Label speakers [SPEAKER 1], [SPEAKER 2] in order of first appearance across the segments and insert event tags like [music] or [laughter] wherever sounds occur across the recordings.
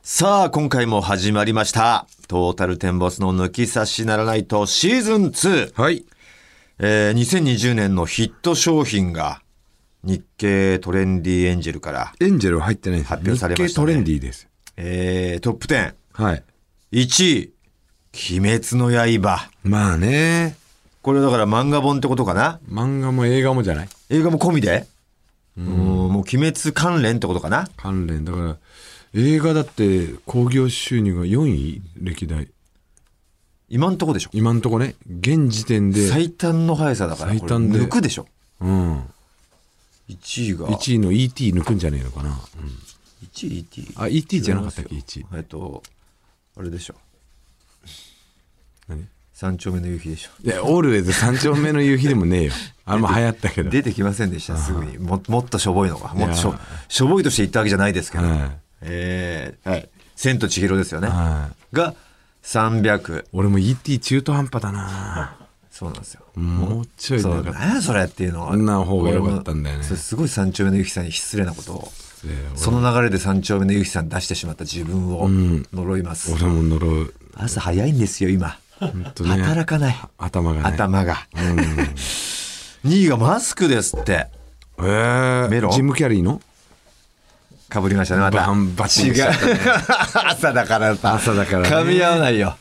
[SPEAKER 1] さあ、今回も始まりました。トータルテンボスの抜き差しならないとシーズン 2!
[SPEAKER 2] はい。
[SPEAKER 1] えー、2020年のヒット商品が日経トレンディエンジェルから、
[SPEAKER 2] エンジェルは入ってないんですよ
[SPEAKER 1] 発表されましたね
[SPEAKER 2] 日経トレンディーです。
[SPEAKER 1] えー、トップ10。
[SPEAKER 2] はい。
[SPEAKER 1] 1位、鬼滅の刃。
[SPEAKER 2] まあね、
[SPEAKER 1] これだから漫画本ってことかな
[SPEAKER 2] 漫画も映画もじゃない
[SPEAKER 1] 映画も込みでうん、もう鬼滅関連ってことかな
[SPEAKER 2] 関連。だから、映画だって興行収入が4位歴代。
[SPEAKER 1] 今んとこでしょ
[SPEAKER 2] 今んとこね、現時点で、
[SPEAKER 1] 最短の速さだから、
[SPEAKER 2] 最
[SPEAKER 1] これ
[SPEAKER 2] 短で
[SPEAKER 1] 抜くでしょ
[SPEAKER 2] うん。
[SPEAKER 1] 1位が、
[SPEAKER 2] 1位の ET 抜くんじゃねえのかな。うん
[SPEAKER 1] 1位 ET。
[SPEAKER 2] あ、ET じゃなかったっけ、1位。
[SPEAKER 1] えっと、あれでしょ。
[SPEAKER 2] 何
[SPEAKER 1] 三丁目の夕日でしょ。
[SPEAKER 2] いや、オールウェイズ三丁目の夕日でもねえよ。 [laughs] あんま流行ったけど。
[SPEAKER 1] 出てきませんでした、すぐに。ももっとしょぼいのが。もっとし
[SPEAKER 2] い
[SPEAKER 1] ょ
[SPEAKER 2] や
[SPEAKER 1] しょぼいとして言ったわけじゃないですけど。
[SPEAKER 2] は
[SPEAKER 1] えーはい。千と千尋ですよね
[SPEAKER 2] い。。はい。
[SPEAKER 1] が、300。
[SPEAKER 2] 俺も ET 中途半端だな
[SPEAKER 1] そうなんですよ。
[SPEAKER 2] [laughs] もうちょい
[SPEAKER 1] そ
[SPEAKER 2] な
[SPEAKER 1] うん
[SPEAKER 2] かっ
[SPEAKER 1] なんやそれっていうのは
[SPEAKER 2] あんな方が良かったんだ
[SPEAKER 1] 俺
[SPEAKER 2] よね
[SPEAKER 1] もそれすごい三丁目のゆきさんに失礼なことを
[SPEAKER 2] たね。
[SPEAKER 1] その流れで三丁目のゆきさん出してしまった自分を
[SPEAKER 2] ん
[SPEAKER 1] 呪います、
[SPEAKER 2] 俺も呪う。
[SPEAKER 1] 朝早いんですよ今、
[SPEAKER 2] 当ね
[SPEAKER 1] 働かない
[SPEAKER 2] 頭がね。
[SPEAKER 1] 頭が、2位がマスクですって
[SPEAKER 2] えー、
[SPEAKER 1] メロン
[SPEAKER 2] ジム・キャリーの
[SPEAKER 1] かぶりましたねまた
[SPEAKER 2] バンバチン
[SPEAKER 1] 違
[SPEAKER 2] で
[SPEAKER 1] う
[SPEAKER 2] したね
[SPEAKER 1] 朝だからさ
[SPEAKER 2] 朝だからね
[SPEAKER 1] 噛み合わないよ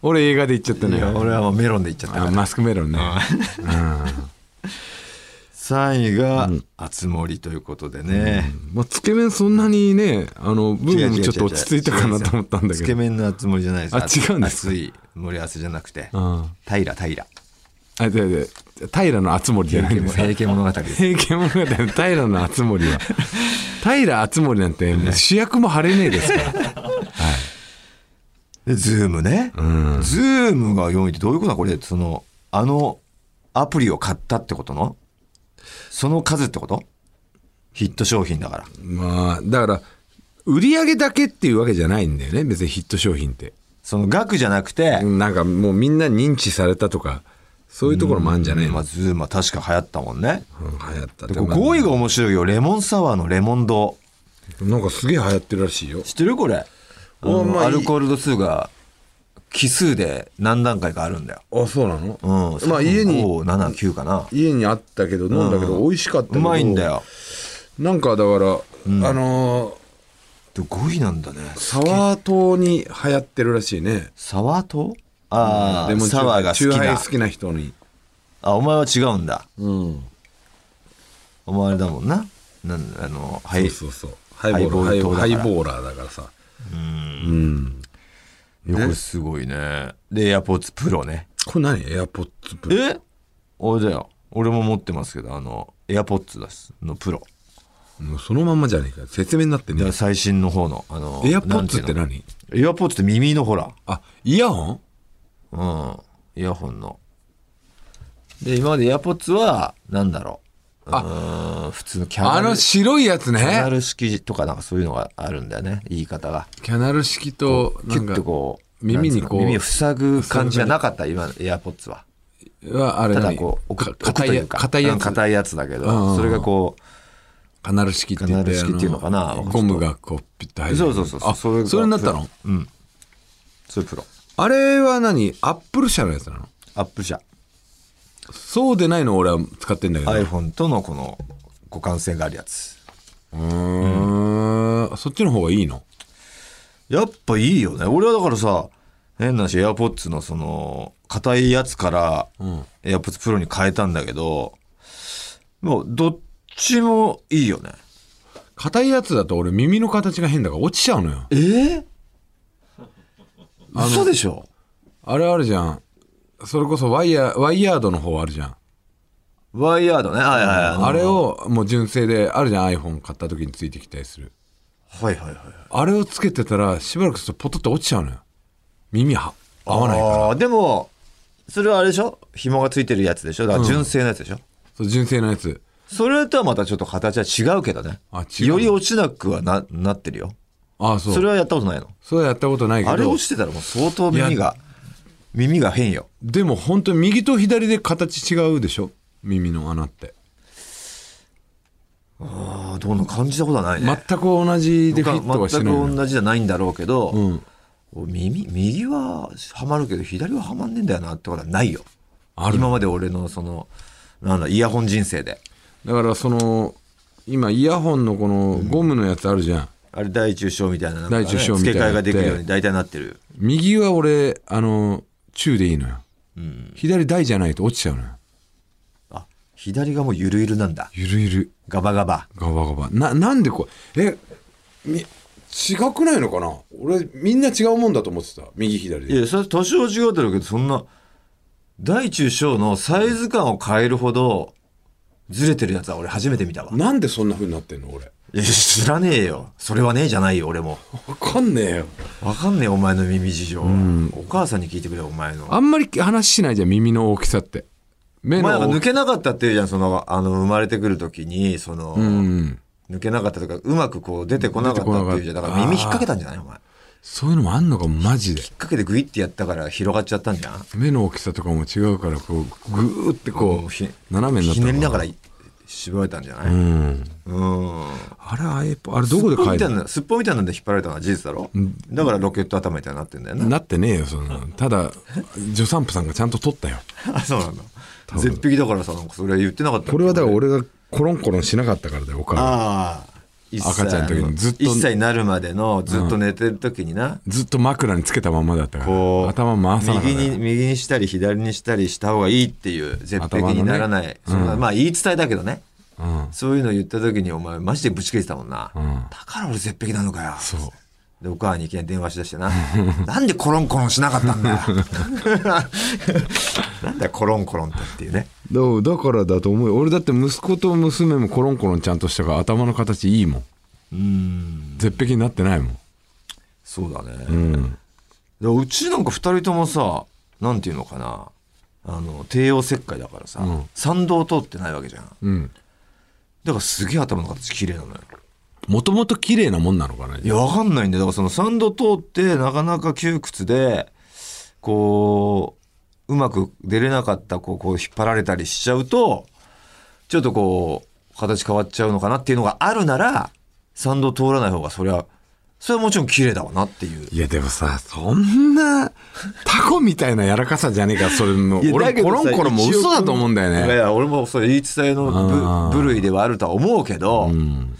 [SPEAKER 2] 俺映画で言っちゃった
[SPEAKER 1] い
[SPEAKER 2] の
[SPEAKER 1] や
[SPEAKER 2] よ。
[SPEAKER 1] 俺はもうメロンでいっちゃったか
[SPEAKER 2] あ
[SPEAKER 1] ら
[SPEAKER 2] マスクメロンね。
[SPEAKER 1] 3位が熱盛ということでね、
[SPEAKER 2] [laughs] まあ、つけ麺そんなにね、あの、ブームもちょっと落ち着いたかなと思ったんだ
[SPEAKER 1] つ
[SPEAKER 2] け
[SPEAKER 1] け
[SPEAKER 2] ど。
[SPEAKER 1] 麺の熱盛じゃないです
[SPEAKER 2] あ違うんですか
[SPEAKER 1] 熱い盛り合わせじゃなくて
[SPEAKER 2] うん
[SPEAKER 1] 平平
[SPEAKER 2] あ、で、で、平の厚森じゃないんですよ
[SPEAKER 1] 平。家物語です
[SPEAKER 2] 平家物語の平の厚森は。平厚森なんてもう主役も張れねえですから。 [laughs]
[SPEAKER 1] でズームね、ズームが4位ってどういうことだこれそのあのアプリを買ったってことのその数ってことヒット商品だから
[SPEAKER 2] まあ、だから、売り上げだけっていうわけじゃないんだよね。別にヒット商品って。
[SPEAKER 1] その額じゃなくて、
[SPEAKER 2] なんかもうみんな認知されたとか、そういうところもあるんじゃない
[SPEAKER 1] ま
[SPEAKER 2] の、
[SPEAKER 1] あ、ズームは確か流行ったもんね
[SPEAKER 2] うん、流行ったって
[SPEAKER 1] で5位が面白いよレモンサワーのレモン丼
[SPEAKER 2] なんかすげえ流行ってるらしいよ。
[SPEAKER 1] 知ってるこれあの
[SPEAKER 2] おまあ
[SPEAKER 1] ア
[SPEAKER 2] いい
[SPEAKER 1] ルコール度数が奇数で何段階かあるんだよ
[SPEAKER 2] あ、そうなの
[SPEAKER 1] うん
[SPEAKER 2] まあ家に、
[SPEAKER 1] 579かな
[SPEAKER 2] 家にあったけど、飲んだけど、美味しかったけ
[SPEAKER 1] う
[SPEAKER 2] ど
[SPEAKER 1] まいんだ。よ
[SPEAKER 2] なんかだから、あの
[SPEAKER 1] で5位なんだね
[SPEAKER 2] ー、サワー島に流行ってるらしいね。
[SPEAKER 1] サワーとあ
[SPEAKER 2] レ
[SPEAKER 1] あ
[SPEAKER 2] モンチュ
[SPEAKER 1] サワーが好き
[SPEAKER 2] チューハ
[SPEAKER 1] な
[SPEAKER 2] イ好きな人に。
[SPEAKER 1] あお前は違うんだ
[SPEAKER 2] うん。
[SPEAKER 1] お前あれだもんななんあのは
[SPEAKER 2] そ
[SPEAKER 1] いう
[SPEAKER 2] そうそう。ハイボール、ハ
[SPEAKER 1] ハイ
[SPEAKER 2] イ
[SPEAKER 1] ボール
[SPEAKER 2] ボーラーだからさ。うん。
[SPEAKER 1] いやこれすごいねでエアポッツプロね
[SPEAKER 2] これ何エアポッツプロ。
[SPEAKER 1] え俺だよ俺も持ってますけどあのエアポッツですのプロ
[SPEAKER 2] もうそのまんまじゃねえか。説明になって
[SPEAKER 1] だか
[SPEAKER 2] ね
[SPEAKER 1] ら最新の方のあの
[SPEAKER 2] え。エアポッツって
[SPEAKER 1] なん
[SPEAKER 2] 何
[SPEAKER 1] いうのエアポッツって耳のほら
[SPEAKER 2] あ、イヤホン
[SPEAKER 1] うんイヤホンので今までエアポッツはなんだろうあ普通のキャ
[SPEAKER 2] あ
[SPEAKER 1] ナ
[SPEAKER 2] の
[SPEAKER 1] ル
[SPEAKER 2] 白いやつ
[SPEAKER 1] キャナ
[SPEAKER 2] ね。
[SPEAKER 1] ル式とかなんかそういうのがあるんだよね言い方が
[SPEAKER 2] キャナル式と、
[SPEAKER 1] キ
[SPEAKER 2] な
[SPEAKER 1] ュ
[SPEAKER 2] ん
[SPEAKER 1] ッ
[SPEAKER 2] か
[SPEAKER 1] と、こう
[SPEAKER 2] 耳に
[SPEAKER 1] なんつ
[SPEAKER 2] こう
[SPEAKER 1] の耳を塞ぐ感じがなかった今のエアポッツは
[SPEAKER 2] はあれ
[SPEAKER 1] ただ
[SPEAKER 2] 何
[SPEAKER 1] こう置く置
[SPEAKER 2] 硬
[SPEAKER 1] くと
[SPEAKER 2] い
[SPEAKER 1] い
[SPEAKER 2] や
[SPEAKER 1] うか
[SPEAKER 2] 硬いや
[SPEAKER 1] うん
[SPEAKER 2] つ。
[SPEAKER 1] 硬いやつだけ
[SPEAKER 2] うんうんう
[SPEAKER 1] ど
[SPEAKER 2] ん
[SPEAKER 1] それがこ
[SPEAKER 2] カナル式って言っ
[SPEAKER 1] カ
[SPEAKER 2] て
[SPEAKER 1] ナル式っていうのかな
[SPEAKER 2] あゴムがこうピッと入る
[SPEAKER 1] そうそうそうそう
[SPEAKER 2] あ
[SPEAKER 1] そ
[SPEAKER 2] そ
[SPEAKER 1] れ
[SPEAKER 2] れ
[SPEAKER 1] が
[SPEAKER 2] になったの
[SPEAKER 1] ううんそれプロ
[SPEAKER 2] あれは何アップル社のやつなの
[SPEAKER 1] アップ社
[SPEAKER 2] そうでないの俺は使ってんだけどう
[SPEAKER 1] iPhone とのこの互換性があるやつ
[SPEAKER 2] ーんそっちの方がいいの
[SPEAKER 1] やっぱいいよね俺はだからさ変な話エアポッツのその硬いやつから
[SPEAKER 2] うん
[SPEAKER 1] エアポッツプロに変えたんだけどもうどっちもいいよね
[SPEAKER 2] 硬いやつだと俺耳の形が変だから落ちちゃうのよ
[SPEAKER 1] えー、嘘でしょ
[SPEAKER 2] あれあるじゃんそれこそワイヤーワイヤードの方あるじゃん
[SPEAKER 1] ワイヤードねはいはいはい
[SPEAKER 2] あれをもう純正であるじゃん iPhone 買った時についてきたりする
[SPEAKER 1] はいはいはい
[SPEAKER 2] あれをつけてたらしばらくするとポトって落ちちゃうのよ耳は合わないから
[SPEAKER 1] あーでもそれはあれでしょ紐がついてるやつでしょだから純正のやつでしょ、
[SPEAKER 2] そう純正のやつ
[SPEAKER 1] それとはまたちょっと形は違うけどね
[SPEAKER 2] あ違う
[SPEAKER 1] より落ちなくはななってるよ
[SPEAKER 2] ああそう
[SPEAKER 1] それはやったことないの
[SPEAKER 2] それはやったことないけど
[SPEAKER 1] あれ落ちてたらもう相当耳が耳が変よ
[SPEAKER 2] でも本当に右と左で形違うでしょ耳の穴って
[SPEAKER 1] うああ、どうな感じたことはないね。
[SPEAKER 2] 全く同じでフィットはしない
[SPEAKER 1] 他
[SPEAKER 2] の
[SPEAKER 1] 全く同じじゃないんだろうけど、
[SPEAKER 2] うん、
[SPEAKER 1] 右右ははまるけど左ははまんねえんだよなってことはないよ
[SPEAKER 2] ある
[SPEAKER 1] 今まで俺のそのなんだイヤホン人生で
[SPEAKER 2] だからその今イヤホンのこのゴムのやつあるじゃん
[SPEAKER 1] あれ大中小みたいななんか、
[SPEAKER 2] 大中小みた
[SPEAKER 1] 付
[SPEAKER 2] い
[SPEAKER 1] け
[SPEAKER 2] な
[SPEAKER 1] 替えができるように大体なってる
[SPEAKER 2] 右は俺あの中でいいのよ、左大じゃないと落ちちゃうのよ
[SPEAKER 1] あ左がもうゆるゆるなんだ
[SPEAKER 2] ゆるゆる
[SPEAKER 1] ガバガバ
[SPEAKER 2] ガバガバななんでこうえみ違くないのかな俺みんな違うもんだと思ってた右左
[SPEAKER 1] い
[SPEAKER 2] で
[SPEAKER 1] やそれ年は違うだろうけどそんな大中小のサイズ感を変えるほどずれてるやつは俺初めて見たわ
[SPEAKER 2] なんでそんな風になってんの俺
[SPEAKER 1] いや知らねえよそれはねえじゃないよ俺も
[SPEAKER 2] わかんねえよ
[SPEAKER 1] わかんねえお前の耳事情は、お母さんに聞いてくれお前の
[SPEAKER 2] あんまり話しないじゃん耳の大きさって目
[SPEAKER 1] まあ
[SPEAKER 2] の
[SPEAKER 1] なんか
[SPEAKER 2] 大
[SPEAKER 1] 抜
[SPEAKER 2] き
[SPEAKER 1] けなかったっていうじゃんそのあの生まれてくる時にその、
[SPEAKER 2] うん
[SPEAKER 1] 抜けなかったとかうまくこう出てこなかったっていうじゃんだから耳引っ掛けたんじゃないお前引っ
[SPEAKER 2] そういうのもあんのかもマジで
[SPEAKER 1] 掛けてグイってやったから広がっちゃったんじゃん
[SPEAKER 2] 目の大きさとかも違うからこうグーってこ
[SPEAKER 1] もうひ
[SPEAKER 2] う斜めになった
[SPEAKER 1] ひねりなが
[SPEAKER 2] ら
[SPEAKER 1] ら絞られたんじゃな
[SPEAKER 2] う
[SPEAKER 1] い
[SPEAKER 2] ん
[SPEAKER 1] うん
[SPEAKER 2] あれあれあれどこで
[SPEAKER 1] 買
[SPEAKER 2] 買
[SPEAKER 1] え
[SPEAKER 2] え
[SPEAKER 1] た
[SPEAKER 2] る
[SPEAKER 1] いなすっぽんみたいなんで引っ張られたのは事実だろだからロケット頭みたいになってんだよな
[SPEAKER 2] なってねえよそんなのただ助産婦さんがちゃんと取ったよ
[SPEAKER 1] あ [laughs] そうなんだ絶壁だからさなんかそれは言ってなかったっけ
[SPEAKER 2] これはだから俺がコロンコロンしなかったからだよお母さん
[SPEAKER 1] ああ一歳
[SPEAKER 2] 赤ちゃんの時にずっと
[SPEAKER 1] 1歳になるまでのずっと寝てる時にな、
[SPEAKER 2] ずっと枕につけたままだったから
[SPEAKER 1] こう
[SPEAKER 2] 頭回さなかっ
[SPEAKER 1] 右
[SPEAKER 2] た
[SPEAKER 1] に右にしたり左にしたりした方がいいっていう絶壁
[SPEAKER 2] 頭のね
[SPEAKER 1] にならない、そんなまあ言い伝えだけどね
[SPEAKER 2] うん
[SPEAKER 1] そういうの言った時にお前マジでぶち切れてたもんな、
[SPEAKER 2] ん
[SPEAKER 1] だから俺絶壁なのかよ
[SPEAKER 2] そう
[SPEAKER 1] でお母にいきなり電話しだ
[SPEAKER 2] [laughs]
[SPEAKER 1] してななんでコロンコロンしなかったんだよ [laughs] なんだよコロンコロンってっていうね
[SPEAKER 2] だからだからだと思うよ俺だって息子と娘もコロンコロンちゃんとしたから頭の形いいもん
[SPEAKER 1] うん
[SPEAKER 2] 絶壁になってないもん
[SPEAKER 1] そうだね、
[SPEAKER 2] うん
[SPEAKER 1] でうちなんか2人ともさなんていうのかなあの帝王切開だからさ、
[SPEAKER 2] うん
[SPEAKER 1] 参道通ってないわけじゃん
[SPEAKER 2] うん
[SPEAKER 1] だからすげえ頭の形綺麗なのよ
[SPEAKER 2] もともと綺麗なもんなのかない
[SPEAKER 1] や、わかんないんだよ。だからそのサンド通って、なかなか窮屈で、こう、うまく出れなかった子をこう引っ張られたりしちゃうと、ちょっとこう、形変わっちゃうのかなっていうのがあるなら、サンド通らない方が、そりゃ、それはもちろん綺麗だわなっていう。
[SPEAKER 2] いやでもさそんなタコみたいな柔らかさじゃねえかそれの俺コロンコロンも嘘だと思うんだよ
[SPEAKER 1] いやい
[SPEAKER 2] ね
[SPEAKER 1] や、俺もそれ言い伝え
[SPEAKER 2] あ
[SPEAKER 1] の
[SPEAKER 2] ー
[SPEAKER 1] 部部類ではあるとは思うけど、
[SPEAKER 2] うん、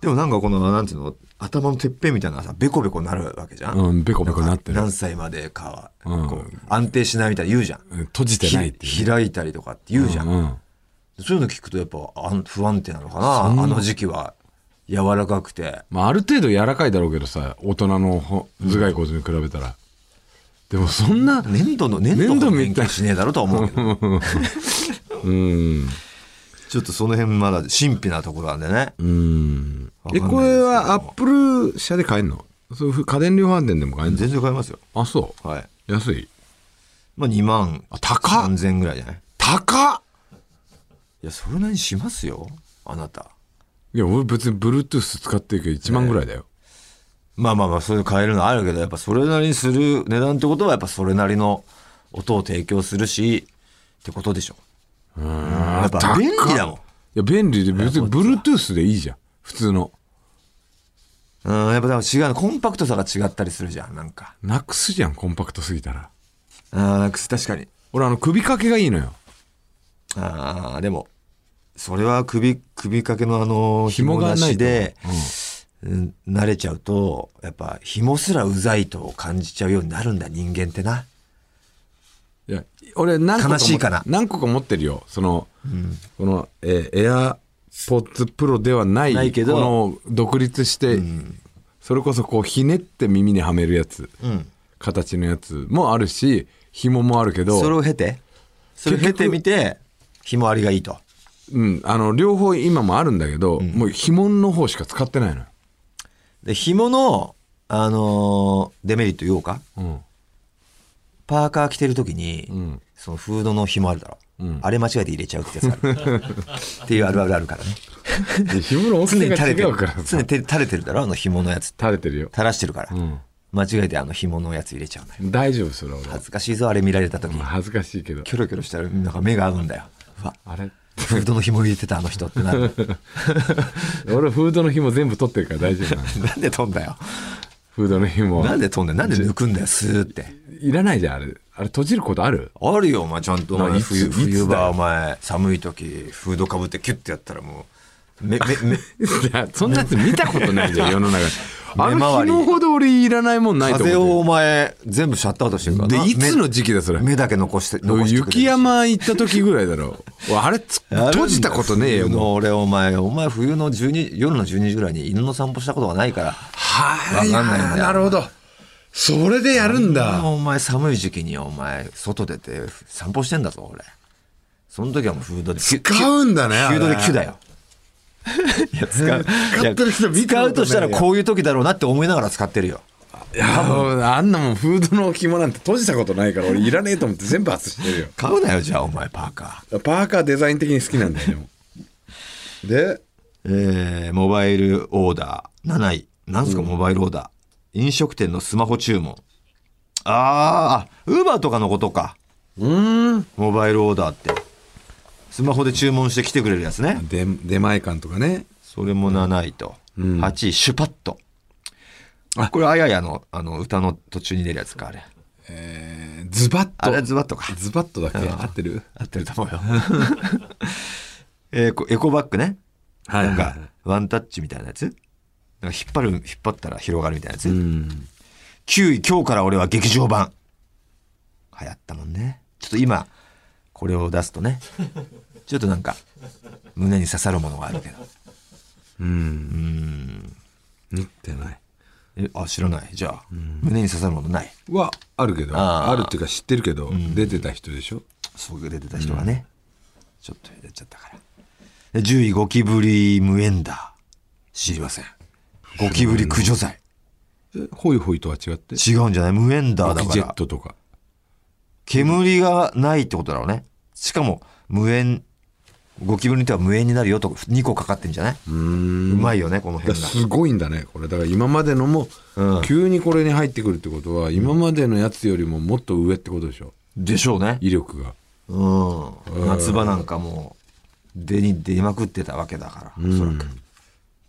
[SPEAKER 1] でもなんかこの、なんていうの、頭のてっぺんみたいなさ、ベコベコなるわけじゃん。
[SPEAKER 2] うん、ベコベコなってる
[SPEAKER 1] 何歳までかは、
[SPEAKER 2] うん
[SPEAKER 1] こう安定しないみたいな言うじゃん。
[SPEAKER 2] 閉じてないっていう
[SPEAKER 1] ひ開いたりとかって言うじゃん。
[SPEAKER 2] うん
[SPEAKER 1] そういうの聞くとやっぱあん不安定なのかな、
[SPEAKER 2] んな
[SPEAKER 1] あの時期は。柔らかくて。
[SPEAKER 2] まあ、ある程度柔らかいだろうけどさ大人のほ頭蓋骨に比べたら、でもそんな
[SPEAKER 1] 粘土の、粘土
[SPEAKER 2] 粘土
[SPEAKER 1] の
[SPEAKER 2] みたい
[SPEAKER 1] 勉強しねえだろうとは思うけ
[SPEAKER 2] [laughs]
[SPEAKER 1] ど。
[SPEAKER 2] うん
[SPEAKER 1] ちょっとその辺まだ神秘なところなんでね。
[SPEAKER 2] うん
[SPEAKER 1] わかんないですけ
[SPEAKER 2] え
[SPEAKER 1] ど
[SPEAKER 2] これはアップル社で買えるのそういうふう家電量販店でも買えるの
[SPEAKER 1] 全然買えますよ。
[SPEAKER 2] あそ
[SPEAKER 1] はい。
[SPEAKER 2] う安い
[SPEAKER 1] まあ2万
[SPEAKER 2] あ高っ
[SPEAKER 1] 3000ぐらいじゃない
[SPEAKER 2] 高っ
[SPEAKER 1] いや、それなりにしますよ。あなた。
[SPEAKER 2] いや俺別に Bluetooth 使ってるけど1万ぐらいだよ、
[SPEAKER 1] まあまあまあ、それ買えるのはあるけど、やっぱそれなりにする値段ってことは、やっぱそれなりの音を提供するし、ってことでしょ。やっぱ
[SPEAKER 2] 高っ
[SPEAKER 1] 便利だもん。
[SPEAKER 2] いや便利で別に Bluetooth でいいじゃん普通の
[SPEAKER 1] うん、やっぱだから違うの、コンパクトさが違ったりするじゃん、なんか。
[SPEAKER 2] なくすじゃんコンパクトすぎたら
[SPEAKER 1] あーなくす、確かに。
[SPEAKER 2] 俺あの首掛けがいいのよ
[SPEAKER 1] ああ、でも、それは首、首掛けのあの、紐
[SPEAKER 2] 紐が
[SPEAKER 1] な
[SPEAKER 2] な
[SPEAKER 1] し
[SPEAKER 2] いと
[SPEAKER 1] で、うん、慣れちゃうと、やっぱ紐すらうざいと感じちゃうようになるんだ、人間ってな。
[SPEAKER 2] いや俺何個も
[SPEAKER 1] 悲しいかな
[SPEAKER 2] 何個か持ってるよその、この、えー、エアポッツプロではない
[SPEAKER 1] ないけど
[SPEAKER 2] この独立して、それこそこうひねって耳にはめるやつ、
[SPEAKER 1] ん
[SPEAKER 2] 形のやつもあるし紐もあるけど
[SPEAKER 1] それを経て、それを経てみて、紐ありがいいと。
[SPEAKER 2] うん、あの両方今もあるんだけど、もう紐の方しか使ってないのよ、
[SPEAKER 1] で紐の、あのーデメリット言おうか
[SPEAKER 2] うん
[SPEAKER 1] パーカー着てる時に、
[SPEAKER 2] ん
[SPEAKER 1] そのフードの紐あるだろ、
[SPEAKER 2] ん
[SPEAKER 1] あれ間違えて入れちゃうってやつ
[SPEAKER 2] [laughs]
[SPEAKER 1] あるっていうあるあるあるからね
[SPEAKER 2] で紐の大
[SPEAKER 1] 常
[SPEAKER 2] き
[SPEAKER 1] に
[SPEAKER 2] さ
[SPEAKER 1] 垂れ
[SPEAKER 2] が
[SPEAKER 1] て
[SPEAKER 2] 違
[SPEAKER 1] る
[SPEAKER 2] うからさ
[SPEAKER 1] 常に垂れてるだろあの紐のやつって
[SPEAKER 2] 垂れてるよ、
[SPEAKER 1] 垂らしてるから、
[SPEAKER 2] うん、
[SPEAKER 1] 間違えてあの紐のやつ入れちゃうのよ
[SPEAKER 2] 大丈夫それは俺
[SPEAKER 1] 恥ずかしいぞあれ見られた時に
[SPEAKER 2] 恥ずかしいけど
[SPEAKER 1] キョロキョロしたらなんか目が合うんだようわ
[SPEAKER 2] あれ
[SPEAKER 1] フードの紐入れてたあの人ってな
[SPEAKER 2] [laughs]
[SPEAKER 1] る
[SPEAKER 2] 俺フードの紐全部取ってるから大丈 [laughs] 夫なの
[SPEAKER 1] なんで飛んだよ
[SPEAKER 2] フードの紐
[SPEAKER 1] なんで飛んだよなんで抜くんだよスーって
[SPEAKER 2] いらないじゃんあれあれ閉じることある
[SPEAKER 1] あるよお前ちゃんとお前
[SPEAKER 2] ないつ
[SPEAKER 1] 冬
[SPEAKER 2] いつだよ
[SPEAKER 1] 冬場お前寒い時フードかぶってキュッてやったらもうめめめ
[SPEAKER 2] いやそんなやつ見たことないじゃん世の中で [laughs] あ
[SPEAKER 1] 目
[SPEAKER 2] の
[SPEAKER 1] 回り
[SPEAKER 2] 紐ほど俺いらないもんないと
[SPEAKER 1] 風を
[SPEAKER 2] 思
[SPEAKER 1] お前全部シャットアウトしてるか
[SPEAKER 2] う
[SPEAKER 1] ら
[SPEAKER 2] で
[SPEAKER 1] ない
[SPEAKER 2] つの時期だそれ
[SPEAKER 1] 目目だけ残して残してくれる
[SPEAKER 2] 雪山行った時ぐらいだ [laughs] ろうわあれつ
[SPEAKER 1] やるんだ
[SPEAKER 2] 閉じたことねえよ
[SPEAKER 1] 冬
[SPEAKER 2] もう
[SPEAKER 1] の俺お前お前冬の12夜の12時ぐらいに犬の散歩したことがないから
[SPEAKER 2] は
[SPEAKER 1] わかんないんだよ
[SPEAKER 2] なるほどそれでやるんだ
[SPEAKER 1] お前寒い時期にお前外出て散歩してんだぞ俺その時はもうフードで使
[SPEAKER 2] 使うんだねあ
[SPEAKER 1] フ
[SPEAKER 2] れ
[SPEAKER 1] ードでキュだ
[SPEAKER 2] [laughs]
[SPEAKER 1] よいや使う
[SPEAKER 2] 使ってる人見
[SPEAKER 1] 使
[SPEAKER 2] たことないよ
[SPEAKER 1] うとしたらこういう時だろうなって思いながら使ってるよ
[SPEAKER 2] いやあんなもんフードの紐なんて閉じたことないから俺いらねえと思って全部外してるよ
[SPEAKER 1] 買うなよじゃあお前パーカー
[SPEAKER 2] パーカーデザイン的に好きなんだよでもで
[SPEAKER 1] えー、モバイルオーダー7位なんすかモバイルオーダー、飲食店のスマホ注文あーあウーバーとかのことか
[SPEAKER 2] うーん
[SPEAKER 1] モバイルオーダーってスマホで注文して来てくれるやつね
[SPEAKER 2] 出出前感とかね
[SPEAKER 1] それも7位と、
[SPEAKER 2] ん
[SPEAKER 1] 8位シュパッと
[SPEAKER 2] あ
[SPEAKER 1] これあややのあの歌の途中に出るやつかあれ
[SPEAKER 2] えーズバッ
[SPEAKER 1] あれ
[SPEAKER 2] と
[SPEAKER 1] ズバッとか
[SPEAKER 2] ズバッとだっけ合ってる
[SPEAKER 1] 合ってると
[SPEAKER 2] [laughs]
[SPEAKER 1] 思うよえーこエコバッグね
[SPEAKER 2] はい
[SPEAKER 1] なんかワンタッチみたいなやつなんか引っ張る引っ張ったら広がるみたいなやつ、
[SPEAKER 2] うん
[SPEAKER 1] 9位今日から俺は劇場版流行ったもんねちょっと今これを出すと
[SPEAKER 2] [laughs]
[SPEAKER 1] ねちょっとなんか胸に刺さるものがあるけど
[SPEAKER 2] うん塗ってない
[SPEAKER 1] えあ知らないじゃあ、胸に刺さるものない
[SPEAKER 2] はあるけど
[SPEAKER 1] あー
[SPEAKER 2] あるっていうか知ってるけど、出てた人でしょ
[SPEAKER 1] そう出てた人がね、ちょっとやっちゃったからで10位ゴキブリ無縁だ知りませんゴキブリ駆除剤
[SPEAKER 2] えホイホイとは違って
[SPEAKER 1] 違うんじゃない無縁だだ
[SPEAKER 2] ゴキ
[SPEAKER 1] か
[SPEAKER 2] ジェ
[SPEAKER 1] ら
[SPEAKER 2] ットとか
[SPEAKER 1] 煙がないってことだろうねしかも無縁ゴキブリにとは無縁になるよと2個かかってんじゃないうまいよねこの
[SPEAKER 2] だ
[SPEAKER 1] 辺が
[SPEAKER 2] からすごいんだねこれだから今までのも、
[SPEAKER 1] うん
[SPEAKER 2] 急にこれに入ってくるってことは今までのやつよりももっと上ってことでしょ
[SPEAKER 1] でしょうね
[SPEAKER 2] 威力が
[SPEAKER 1] うん夏場なんかもう出に出まくってたわけだからおそらく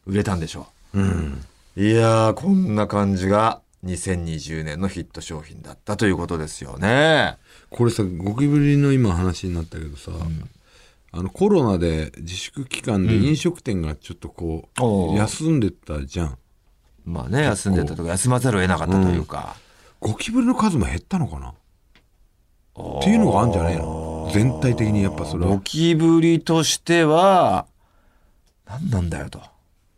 [SPEAKER 1] 売れたんでしょう、いやーこんな感じが2020年のヒット商品だったということですよね
[SPEAKER 2] これさゴキブリの今話になったけどさ、あのコロナで自粛期間で飲食店がちょっとこう、
[SPEAKER 1] おう
[SPEAKER 2] 休んでたじゃん
[SPEAKER 1] まあね休んでたとか休まざるを得なかったというか、
[SPEAKER 2] ゴキブリの数も減ったのかなっていうのがあるんじゃないの全体的にやっぱそれ
[SPEAKER 1] ゴ
[SPEAKER 2] は、
[SPEAKER 1] キブリとしては何なんだよと、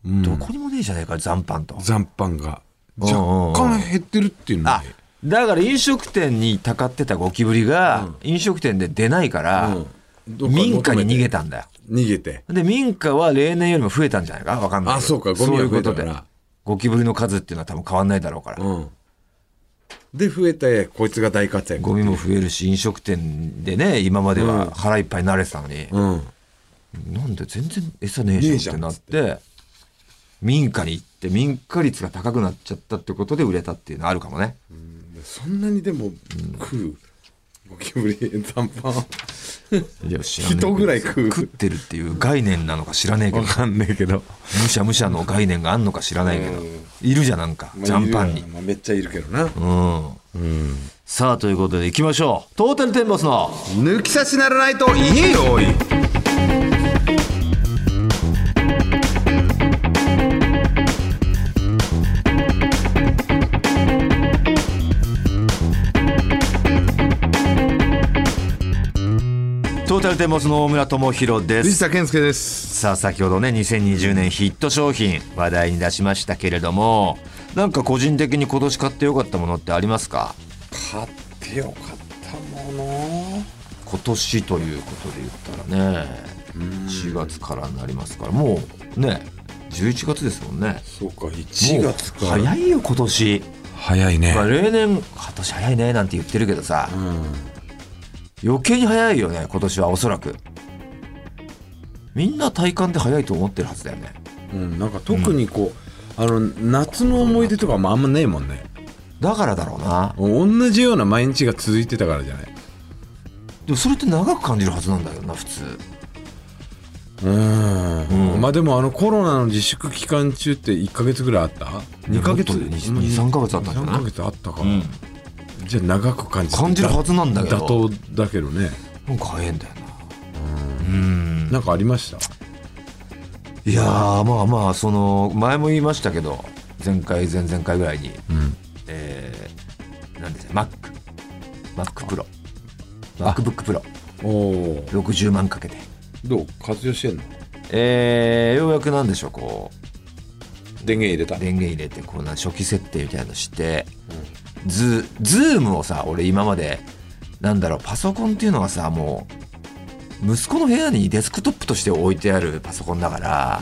[SPEAKER 2] うん、
[SPEAKER 1] どこにもねえじゃねえか残飯と
[SPEAKER 2] 残飯が
[SPEAKER 1] うんうんうん
[SPEAKER 2] 若干減ってるっていうの
[SPEAKER 1] あ
[SPEAKER 2] ね
[SPEAKER 1] だから飲食店にたかってたゴキブリが、飲食店で出ないから、
[SPEAKER 2] うんどっか
[SPEAKER 1] 民家に逃げ
[SPEAKER 2] 求
[SPEAKER 1] たんだよ
[SPEAKER 2] めて逃げて
[SPEAKER 1] で民家は例年よりも増えたんじゃないかわかんないけど
[SPEAKER 2] あそうかゴミが増えたか
[SPEAKER 1] そういうこと
[SPEAKER 2] ら
[SPEAKER 1] でゴキブリの数っていうのは多分変わんないだろうから、
[SPEAKER 2] うん、で増えてこいつが大活躍
[SPEAKER 1] ゴミも増えるし飲食店でね今までは腹いっぱいになれてたのに、
[SPEAKER 2] うん
[SPEAKER 1] なんで全然餌ねえじゃんってなって民家に行って民家率が高くなっちゃったってことで売れたっていうのあるかもね
[SPEAKER 2] そんなにでも食う、ゴキブリ残飯
[SPEAKER 1] いや知らねえけど
[SPEAKER 2] 人ぐらい食う
[SPEAKER 1] 食ってるっていう概念なのか知らねえけど
[SPEAKER 2] わかんねえけど
[SPEAKER 1] むしゃむしゃの概念があんのか知らないけど
[SPEAKER 2] うん
[SPEAKER 1] いるじゃんなんかジャンパンに
[SPEAKER 2] まあめっちゃいるけどな
[SPEAKER 1] うんさあということでいきましょうトータルテンボスの
[SPEAKER 2] 抜き差しならないと言えよおい
[SPEAKER 1] トータルテンボスの大村智弘です
[SPEAKER 2] 藤田健介です
[SPEAKER 1] さあ先ほどね2020年ヒット商品話題に出しましたけれどもなんか個人的に今年買ってよかったものってありますか
[SPEAKER 2] 買ってよかったもの
[SPEAKER 1] 今年ということで言ったらね4月からになりますからもうね11月ですもんね
[SPEAKER 2] そうか1月か
[SPEAKER 1] もう早いよ今年、
[SPEAKER 2] 早いね
[SPEAKER 1] まあ、例年今年早いねなんて言ってるけどさ
[SPEAKER 2] うん
[SPEAKER 1] 余計に早いよね今年はおそらくみんな体感で早いと思ってるはずだよね
[SPEAKER 2] うん、なんか特にこう、あの夏の思い出とかもあんまねえもんね
[SPEAKER 1] だからだろうな
[SPEAKER 2] 同じような毎日が続いてたからじゃない
[SPEAKER 1] でもそれって長く感じるはずなんだよな普通
[SPEAKER 2] うん、まあでもあのコロナの自粛期間中って1か月ぐらいあった2か月
[SPEAKER 1] もっとねに23ヶ月あったんじゃない
[SPEAKER 2] 3ヶ月あったか、
[SPEAKER 1] うん
[SPEAKER 2] じゃあ長く感じ
[SPEAKER 1] 感じるはずなんだけど
[SPEAKER 2] 妥当だけどね
[SPEAKER 1] なんか早いんだよなうん
[SPEAKER 2] なんかありました
[SPEAKER 1] いやーまあまあその前も言いましたけど前回前々回ぐらいに
[SPEAKER 2] うん
[SPEAKER 1] えー、なんですね Mac Mac プロ MacBook プロ
[SPEAKER 2] おー
[SPEAKER 1] 60万かけて
[SPEAKER 2] どう活用してんの
[SPEAKER 1] えー、ようやくなんでしょうこ
[SPEAKER 2] 電源入れた
[SPEAKER 1] う電源入れてこうな初期設定みたいなのしてズズームをさ俺今までなんだろうパソコンっていうのはさもう息子の部屋にデスクトップとして置いてあるパソコンだから、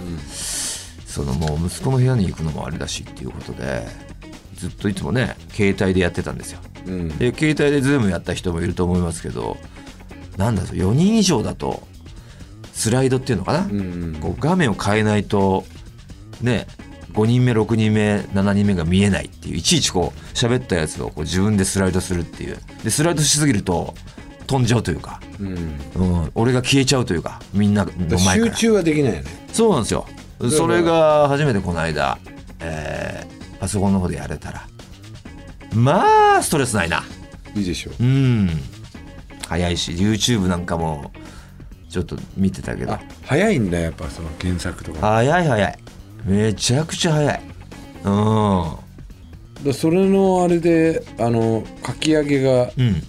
[SPEAKER 1] そのもう息子の部屋に行くのもあれだしっていうことでずっといつもね携帯でやってたんですよ
[SPEAKER 2] うん、うん
[SPEAKER 1] で携帯でズームやった人もいると思いますけどなんだろう4人以上だとスライドっていうのかな、
[SPEAKER 2] うん
[SPEAKER 1] こう画面を変えないとね5人目6人目7人目が見えないっていういちいちこう喋ったやつをこう自分でスライドするっていうでスライドしすぎると飛んじゃうというか、
[SPEAKER 2] うん
[SPEAKER 1] うん、俺が消えちゃうというかみんなの
[SPEAKER 2] だから
[SPEAKER 1] 前か
[SPEAKER 2] 集
[SPEAKER 1] ら
[SPEAKER 2] 中はできないよね
[SPEAKER 1] そうなんですよ
[SPEAKER 2] ら
[SPEAKER 1] それが初めてこの間、えーパソコンの方でやれたらまあストレスないない
[SPEAKER 2] いでしょ
[SPEAKER 1] うん早いし YouTube なんかもちょっと見てたけど
[SPEAKER 2] あ早いんだやっぱその検索とかだか
[SPEAKER 1] 早い早いめちゃくちゃ早いうん
[SPEAKER 2] らそれのあれであのかき揚げが
[SPEAKER 1] うん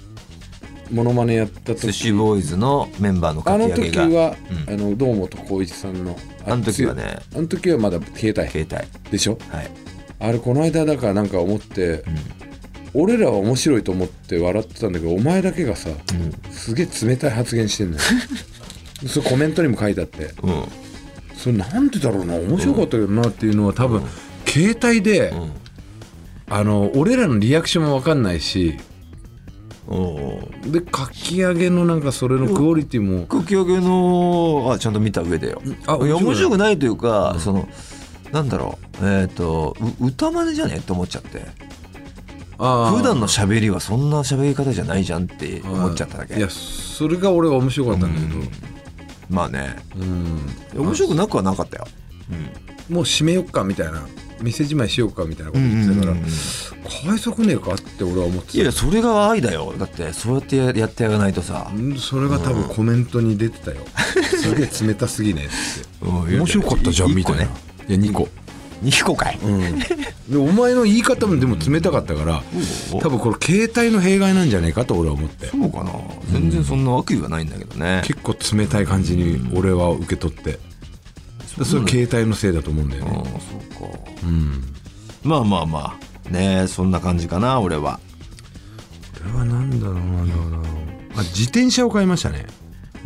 [SPEAKER 2] モノマネやった
[SPEAKER 1] 寿
[SPEAKER 2] 時
[SPEAKER 1] 司ボーイズのメンバーの
[SPEAKER 2] あ
[SPEAKER 1] かき
[SPEAKER 2] の
[SPEAKER 1] 揚げ
[SPEAKER 2] 時
[SPEAKER 1] が
[SPEAKER 2] は、
[SPEAKER 1] う
[SPEAKER 2] あの堂本光一さんの
[SPEAKER 1] あの時はね
[SPEAKER 2] ついあの時はまだ携帯
[SPEAKER 1] 携帯
[SPEAKER 2] でしょ
[SPEAKER 1] はい、
[SPEAKER 2] あれこの間だからなんか思って、俺らは面白いと思って笑ってたんだけどお前だけがさ、すげえ冷たい発言してんのよ [laughs] それコメントにも書いてあって
[SPEAKER 1] うん
[SPEAKER 2] それなんでだろうな面白かったけどなっていうのは多分、携帯で、
[SPEAKER 1] うん
[SPEAKER 2] あの俺らのリアクションも分かんないし
[SPEAKER 1] おー
[SPEAKER 2] でかき揚げのなんかそれのクオリティも、
[SPEAKER 1] かき揚げのあちゃんと見た上でよ
[SPEAKER 2] あ
[SPEAKER 1] いや面
[SPEAKER 2] 面
[SPEAKER 1] 白
[SPEAKER 2] 白
[SPEAKER 1] く
[SPEAKER 2] く
[SPEAKER 1] ないというか、そのなんだろうえっ、とう歌真似じゃねえって思っちゃって
[SPEAKER 2] あー
[SPEAKER 1] 普段の喋りはそんな喋り方じゃないじゃんって思っちゃっただけ
[SPEAKER 2] いやそれが俺は面白かったんだけど、
[SPEAKER 1] まあね
[SPEAKER 2] うん
[SPEAKER 1] 面白くなくはなかったよ。
[SPEAKER 2] もう締めよっかみたいな店じまいしようかみたいなこと
[SPEAKER 1] うん
[SPEAKER 2] 言ってたから、
[SPEAKER 1] うんうんうん
[SPEAKER 2] 快速ねえかって俺は思っ
[SPEAKER 1] いやい
[SPEAKER 2] て
[SPEAKER 1] やそれが愛だよだってそうやってややってやらないとさ
[SPEAKER 2] た、うんそれが多分コメントに出てたよ、 [laughs] すげえ冷たすぎねって
[SPEAKER 1] うん
[SPEAKER 2] 面白かったじゃんみたいな、
[SPEAKER 1] ね
[SPEAKER 2] いや2個、
[SPEAKER 1] 2個かい、
[SPEAKER 2] うん、でお前の言い方もでも冷たかったから、
[SPEAKER 1] うん
[SPEAKER 2] 多分これ携帯の弊害なんじゃねえかと俺は思って
[SPEAKER 1] そうかな全然そんな悪意はないんだけどね、
[SPEAKER 2] 結構冷たい感じに俺は受け取って、でそれ携帯のせいだと思うんだよ
[SPEAKER 1] うん
[SPEAKER 2] ね、
[SPEAKER 1] そうか
[SPEAKER 2] うん
[SPEAKER 1] まあまあまあねえそんな感じかな俺は
[SPEAKER 2] これは何だろうなんだろうなあ自転車を買いましたね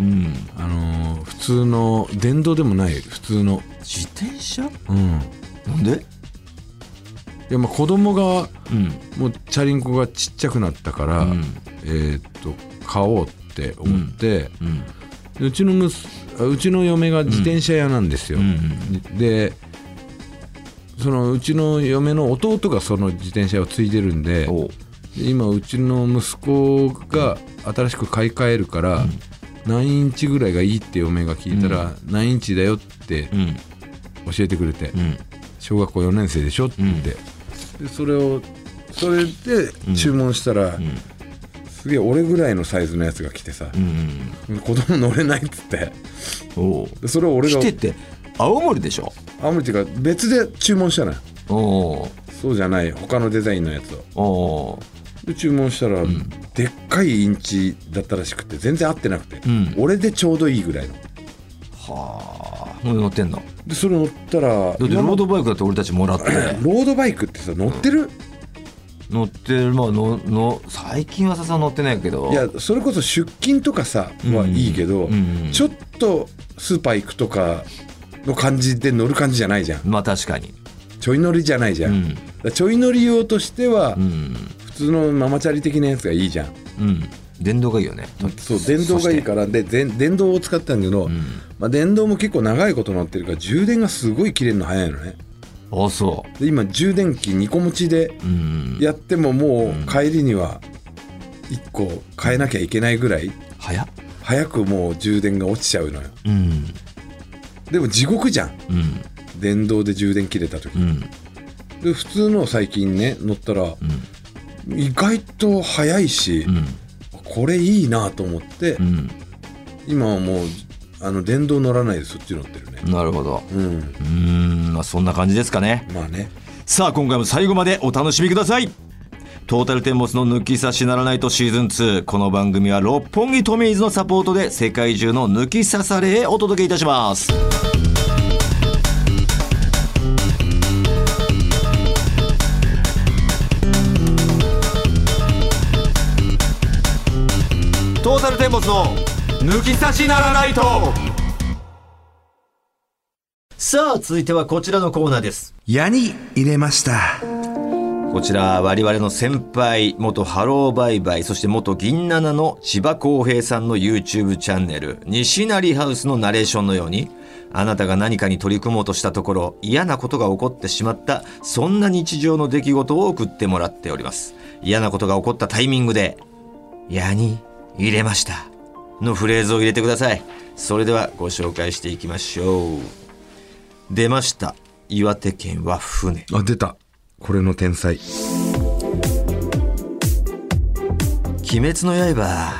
[SPEAKER 1] うん
[SPEAKER 2] あのー普通の電動でもない普通の
[SPEAKER 1] 自転車
[SPEAKER 2] うん
[SPEAKER 1] なんで
[SPEAKER 2] いやまあ子供が
[SPEAKER 1] うん
[SPEAKER 2] もうチャリンコがちっちゃくなったから、
[SPEAKER 1] うん
[SPEAKER 2] えーっと買おうって思って、
[SPEAKER 1] うん
[SPEAKER 2] でうちのむすあうちの嫁が自転車屋なんですよ、
[SPEAKER 1] うん
[SPEAKER 2] でそのうちの嫁の弟がその自転車を継いでるんで
[SPEAKER 1] おう
[SPEAKER 2] で今うちの息子が新しく買い替えるから、何インチぐらいがいいって嫁が聞いたら、何インチだよって
[SPEAKER 1] うん
[SPEAKER 2] 教えてくれて、
[SPEAKER 1] うん
[SPEAKER 2] 小学校4年生でしょって言って、でそれをそれで注文したら、すげえ俺ぐらいのサイズのやつが来てさ
[SPEAKER 1] う、ん
[SPEAKER 2] 子供乗れないっつって
[SPEAKER 1] おう
[SPEAKER 2] でそれを俺
[SPEAKER 1] 来
[SPEAKER 2] が
[SPEAKER 1] てって青森でしょ
[SPEAKER 2] あんまりっていうか別で注文したのよ
[SPEAKER 1] おう
[SPEAKER 2] そうじゃない他のデザインのやつを
[SPEAKER 1] おう
[SPEAKER 2] で注文したら、でっかいインチだったらしくて全然合ってなくて、
[SPEAKER 1] ん
[SPEAKER 2] 俺でちょうどいいぐらいの
[SPEAKER 1] はあもう乗ってんのだ
[SPEAKER 2] でそれ乗ったら
[SPEAKER 1] ってロ
[SPEAKER 2] 今
[SPEAKER 1] ー
[SPEAKER 2] の
[SPEAKER 1] ドバイクだって俺たちもらって
[SPEAKER 2] ロードバイクってさ乗ってる、
[SPEAKER 1] 乗ってるまあのの最近はさすがに乗ってないけど
[SPEAKER 2] いやそれこそ出勤とかさ
[SPEAKER 1] うん
[SPEAKER 2] はいいけど、
[SPEAKER 1] うん
[SPEAKER 2] ちょっとスーパー行くとかの感じで乗る感じじゃないじゃん
[SPEAKER 1] まあ確かに
[SPEAKER 2] ちょい乗りじゃないじゃん、
[SPEAKER 1] うん
[SPEAKER 2] だからちょい乗り用としては
[SPEAKER 1] うん
[SPEAKER 2] 普通のママチャリ的なやつがいいじゃん
[SPEAKER 1] うん電動がいいよね
[SPEAKER 2] そう電動がいいからでで電動を使ってたんだけど、まあ、電動も結構長いこと乗ってるから充電がすごい切れるの早いのね
[SPEAKER 1] あそ
[SPEAKER 2] で今充電器2個持ちで
[SPEAKER 1] ううん
[SPEAKER 2] やってももう帰りには1個変えなきゃいけないぐらい
[SPEAKER 1] 早っ
[SPEAKER 2] 早くもう充電が落ちちゃうのよ
[SPEAKER 1] うん
[SPEAKER 2] でも地獄じゃん
[SPEAKER 1] うん
[SPEAKER 2] 電動で充電切れた時、
[SPEAKER 1] うん
[SPEAKER 2] で普通の最近ね乗ったら
[SPEAKER 1] うん
[SPEAKER 2] 意外と速いし、
[SPEAKER 1] うん
[SPEAKER 2] これいいなと思って、
[SPEAKER 1] うん
[SPEAKER 2] 今はもうあの電動乗らないでそっち乗ってるね
[SPEAKER 1] なるほど
[SPEAKER 2] うん
[SPEAKER 1] うーんまあそんな感じですかね
[SPEAKER 2] まあね
[SPEAKER 1] さあ今回も最後までお楽しみくださいトータルテンボスの抜き差しならないとシーズン2この番組は六本木トミーズのサポートで世界中の抜き差されへお届けいたしますトータルテンボスの抜き差しならないとさあ続いてはこちらのコーナーです
[SPEAKER 2] 矢に入れました
[SPEAKER 1] こちら我々の先輩元ハローバイバイそして元銀七の千葉公平さんの YouTube チャンネル西成ハウスのナレーションのようにあなたが何かに取り組もうとしたところ嫌なことが起こってしまったそんな日常の出来事を送ってもらっております嫌なことが起こったタイミングで「矢に入れました」のフレーズを入れてくださいそれではご紹介していきましょう出ました岩手県は船
[SPEAKER 2] あ出たこれの天才
[SPEAKER 1] 「鬼滅の刃」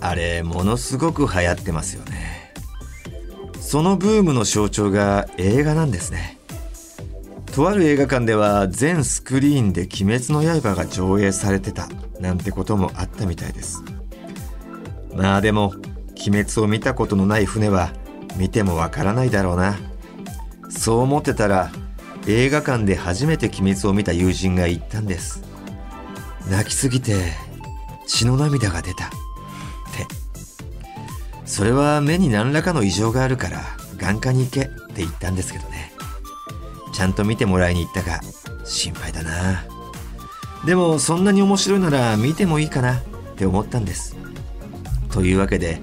[SPEAKER 1] あれものすごく流行ってますよねそのブームの象徴が映画なんですねとある映画館では全スクリーンで「鬼滅の刃」が上映されてたなんてこともあったみたいですまあでも鬼滅を見たことのない船は見てもわからないだろうなそう思ってたら映画館で初めて鬼滅を見た友人が言ったんです泣きすぎて血の涙が出たってそれは目に何らかの異常があるから眼科に行けって言ったんですけどねちゃんと見てもらいに行ったが心配だなでもそんなに面白いなら見てもいいかなって思ったんですというわけで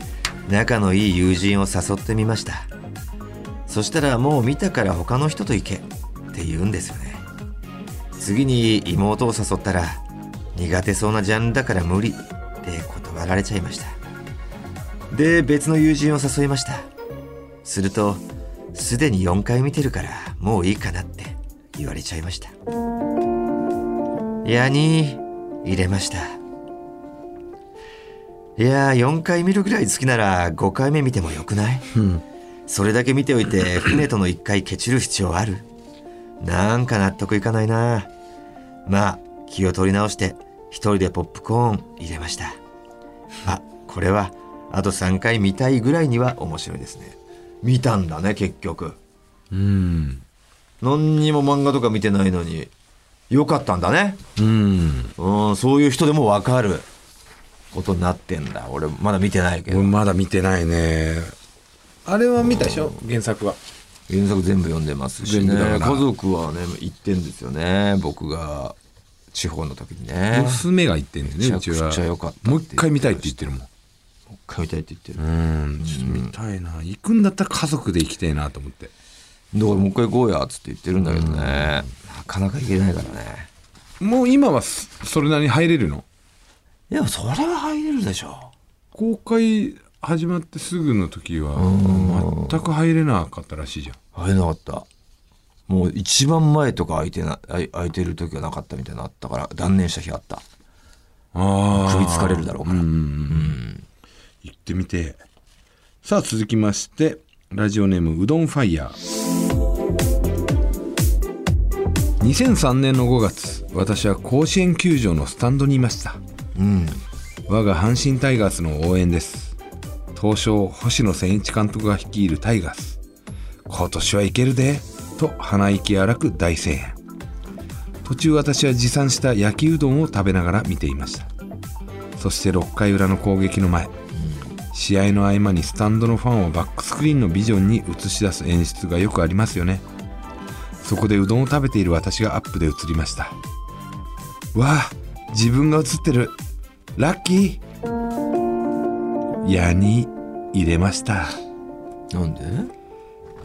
[SPEAKER 1] 仲のいい友人を誘ってみましたそしたらもう見たから他の人と行けって言うんですよね次に妹を誘ったら苦手そうなジャンルだから無理って断られちゃいましたで別の友人を誘いましたするとすでに4回見てるからもういいかなって言われちゃいましたいやに入れましたいや4回見るぐらい好きなら5回目見てもよくない
[SPEAKER 2] うん
[SPEAKER 1] それだけ見ておいて船との一回ケチる必要あるなんか納得いかないなまあ気を取り直して一人でポップコーン入れましたあこれはあと3回見たいぐらいには面白いですね見たんだね結局
[SPEAKER 2] うん
[SPEAKER 1] 何にも漫画とか見てないのによかったんだね
[SPEAKER 2] うん
[SPEAKER 1] うんそういう人でも分かることになってんだ俺まだ見てないけ
[SPEAKER 2] 俺
[SPEAKER 1] ど
[SPEAKER 2] まだ見てないねあれは見たでしょ原作は
[SPEAKER 1] 原作全部読んでますし
[SPEAKER 2] 全
[SPEAKER 1] ね
[SPEAKER 2] 部だか
[SPEAKER 1] 家
[SPEAKER 2] ら
[SPEAKER 1] 族はね行ってんですよね僕が地方の時にねもう一
[SPEAKER 2] 娘が言ってんだよね
[SPEAKER 1] め
[SPEAKER 2] う
[SPEAKER 1] ち
[SPEAKER 2] ち
[SPEAKER 1] ゃ
[SPEAKER 2] は
[SPEAKER 1] くちゃ良かったって
[SPEAKER 2] もう一回見たいって言ってるもん
[SPEAKER 1] 回見たいって言ってる、
[SPEAKER 2] うんちょっと見たいな行くんだったら家族で行きたいなと思って
[SPEAKER 1] だからもう一回行こうやっつって言ってるんだけどね、なかなか行けないからね
[SPEAKER 2] もう今はそそれなりに入れるの
[SPEAKER 1] いやそれは入れるでしょ
[SPEAKER 2] 公開始まってすぐの時は全く入れなかったらしいじゃん
[SPEAKER 1] 入れなかったもう一番前とか空いてなあい空いてる時はなかったみたいなのあったから断念した日あった
[SPEAKER 2] あ
[SPEAKER 1] 首疲れるだろうから、
[SPEAKER 2] 行ってみてさあ続きましてラジオネームうどんファイヤー2003年の5月私は甲子園球場のスタンドにいました
[SPEAKER 1] うん
[SPEAKER 2] 我が阪神タイガースの応援です東証星野千一監督が率いるタイガース今年はいけるでと鼻息荒く大声援途中私は持参した焼きうどんを食べながら見ていましたそして6回裏の攻撃の前試合の合間にスタンドのファンをバックスクリーンのビジョンに映し出す演出がよくありますよねそこでうどんを食べている私がアップで映りましたわあ自分が映ってるラッキー矢に入れました
[SPEAKER 1] なんで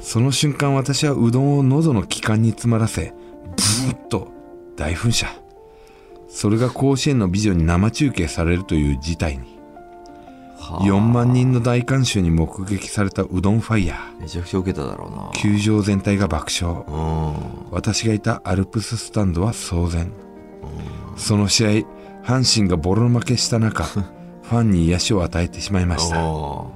[SPEAKER 2] その瞬間私はうどんを喉の気管に詰まらせブーッと大噴射それが甲子園の美女に生中継されるという事態に
[SPEAKER 1] はあ
[SPEAKER 2] 4万人の大観衆に目撃されたうどんファイヤー
[SPEAKER 1] めちゃくちゃ受けただろうな
[SPEAKER 2] 球場全体が爆笑
[SPEAKER 1] うん
[SPEAKER 2] 私がいたアルプススタンドは騒然その試合阪神がボロ負けした中ファンに癒しを与えてしまいまし
[SPEAKER 1] [laughs]
[SPEAKER 2] た
[SPEAKER 1] お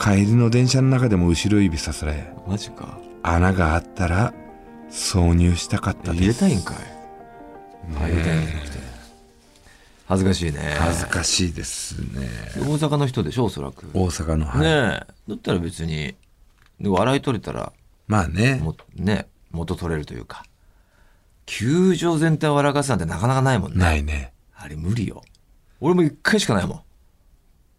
[SPEAKER 2] 帰りの電車の中でも後ろ指さされ
[SPEAKER 1] ーマジか
[SPEAKER 2] 穴があったら挿入したかったです
[SPEAKER 1] 入れたいんかい入れたいんじゃなくて恥ずかしいね
[SPEAKER 2] 恥ずかしいですね
[SPEAKER 1] 大阪の人でしょおそらくね
[SPEAKER 2] 大阪の、はい
[SPEAKER 1] えだったら別にで笑い取れたら
[SPEAKER 2] まあね
[SPEAKER 1] もね元取れるというか球場全体を笑かすなんてなかなかないもんね
[SPEAKER 2] ないね
[SPEAKER 1] あれ無理よ俺も一回しかないもん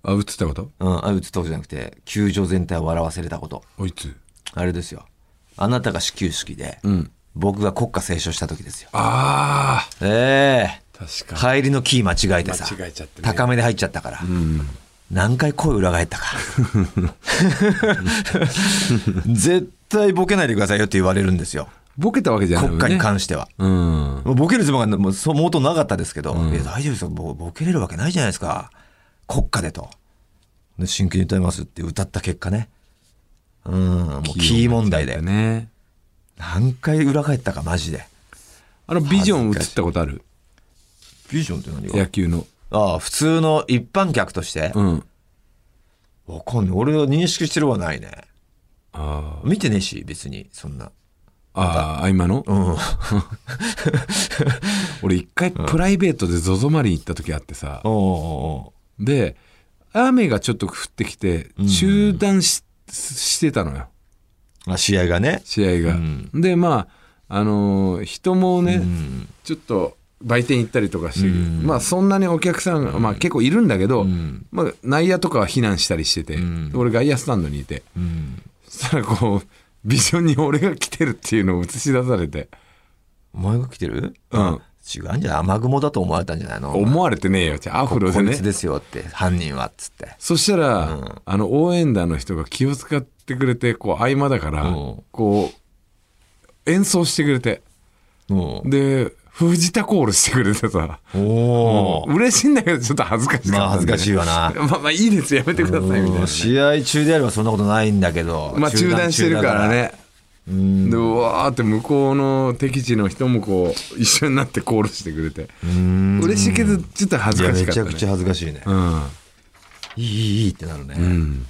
[SPEAKER 2] あ映ったこと
[SPEAKER 1] うん、あ打つとこじゃなくて球場全体を笑わせれたこと
[SPEAKER 2] おいつ
[SPEAKER 1] あれですよあなたが始球式で、
[SPEAKER 2] うん
[SPEAKER 1] 僕が国歌斉唱した時ですよ
[SPEAKER 2] あ
[SPEAKER 1] ええ
[SPEAKER 2] あ確か
[SPEAKER 1] 帰りのキー間違えてさ
[SPEAKER 2] 間違えちゃってね
[SPEAKER 1] 高めで入っちゃったから、何回声裏返ったか絶対ボケないでくださいよって言われるんですよ
[SPEAKER 2] ボケたわけ [laughs] じゃない
[SPEAKER 1] 国歌に関しては、
[SPEAKER 2] うん
[SPEAKER 1] もうボケるつもりがもうそう元なかったですけど、いや大丈夫ですよボボケれるわけないじゃないですか国歌でとで真剣に歌いますって歌った結果ねうんもうキー問題で
[SPEAKER 2] ね
[SPEAKER 1] 何回裏返ったかマジで
[SPEAKER 2] あのビジョン映ったことある
[SPEAKER 1] ビジョンって何
[SPEAKER 2] 野球の
[SPEAKER 1] ああ普通の一般客として、
[SPEAKER 2] うん
[SPEAKER 1] わかんない俺は認識してるはないね
[SPEAKER 2] あ
[SPEAKER 1] 見てねえし別にそんな
[SPEAKER 2] ーあー今の、
[SPEAKER 1] うん
[SPEAKER 2] 俺一回プライベートで ZOZO マリン行った時あってさ、
[SPEAKER 1] おうおうお
[SPEAKER 2] で雨がちょっと降ってきて中断し,、してたのよ
[SPEAKER 1] うあ試合がね
[SPEAKER 2] 試合が、
[SPEAKER 1] うん
[SPEAKER 2] でまああのー人もね、
[SPEAKER 1] うん
[SPEAKER 2] ちょっと売店行ったりとかして、
[SPEAKER 1] うん
[SPEAKER 2] まあそんなにお客さんが、まあ、結構いるんだけど、
[SPEAKER 1] うん
[SPEAKER 2] まあ、内野とかは避難したりしてて、
[SPEAKER 1] うん
[SPEAKER 2] 俺外野スタンドにいて
[SPEAKER 1] うん
[SPEAKER 2] そしたらこうビジョンに俺が来てるっていうのを映し出されて
[SPEAKER 1] お前が来てる
[SPEAKER 2] うん
[SPEAKER 1] 違うんじゃない雨雲だと思われたんじゃないの
[SPEAKER 2] 思われてねえよじゃあアフロで
[SPEAKER 1] こい
[SPEAKER 2] ね
[SPEAKER 1] つですよって犯人はっつって
[SPEAKER 2] そしたら、
[SPEAKER 1] うん
[SPEAKER 2] あの応援団の人が気を使ってくれてこう合間だから、
[SPEAKER 1] うん
[SPEAKER 2] こう演奏してくれて
[SPEAKER 1] お
[SPEAKER 2] で藤田コールしてくれてさ
[SPEAKER 1] お
[SPEAKER 2] 嬉しいんだけどちょっと恥ずかしかったんで、
[SPEAKER 1] まあ恥ずかしいわな
[SPEAKER 2] まあまあいいですやめてくださいみたいなね
[SPEAKER 1] 試合中であればそんなことないんだけど
[SPEAKER 2] まあ中断してるからね
[SPEAKER 1] うん
[SPEAKER 2] でうわーって向こうの敵地の人もこう一緒になってコールしてくれて
[SPEAKER 1] うん
[SPEAKER 2] 嬉しいけどちょっと恥
[SPEAKER 1] い
[SPEAKER 2] ず
[SPEAKER 1] や
[SPEAKER 2] かし
[SPEAKER 1] め
[SPEAKER 2] かっ
[SPEAKER 1] ち
[SPEAKER 2] た、
[SPEAKER 1] ゃ
[SPEAKER 2] ね
[SPEAKER 1] くちゃ恥ずかしいねいいいいいいってなるね
[SPEAKER 2] うん、うん、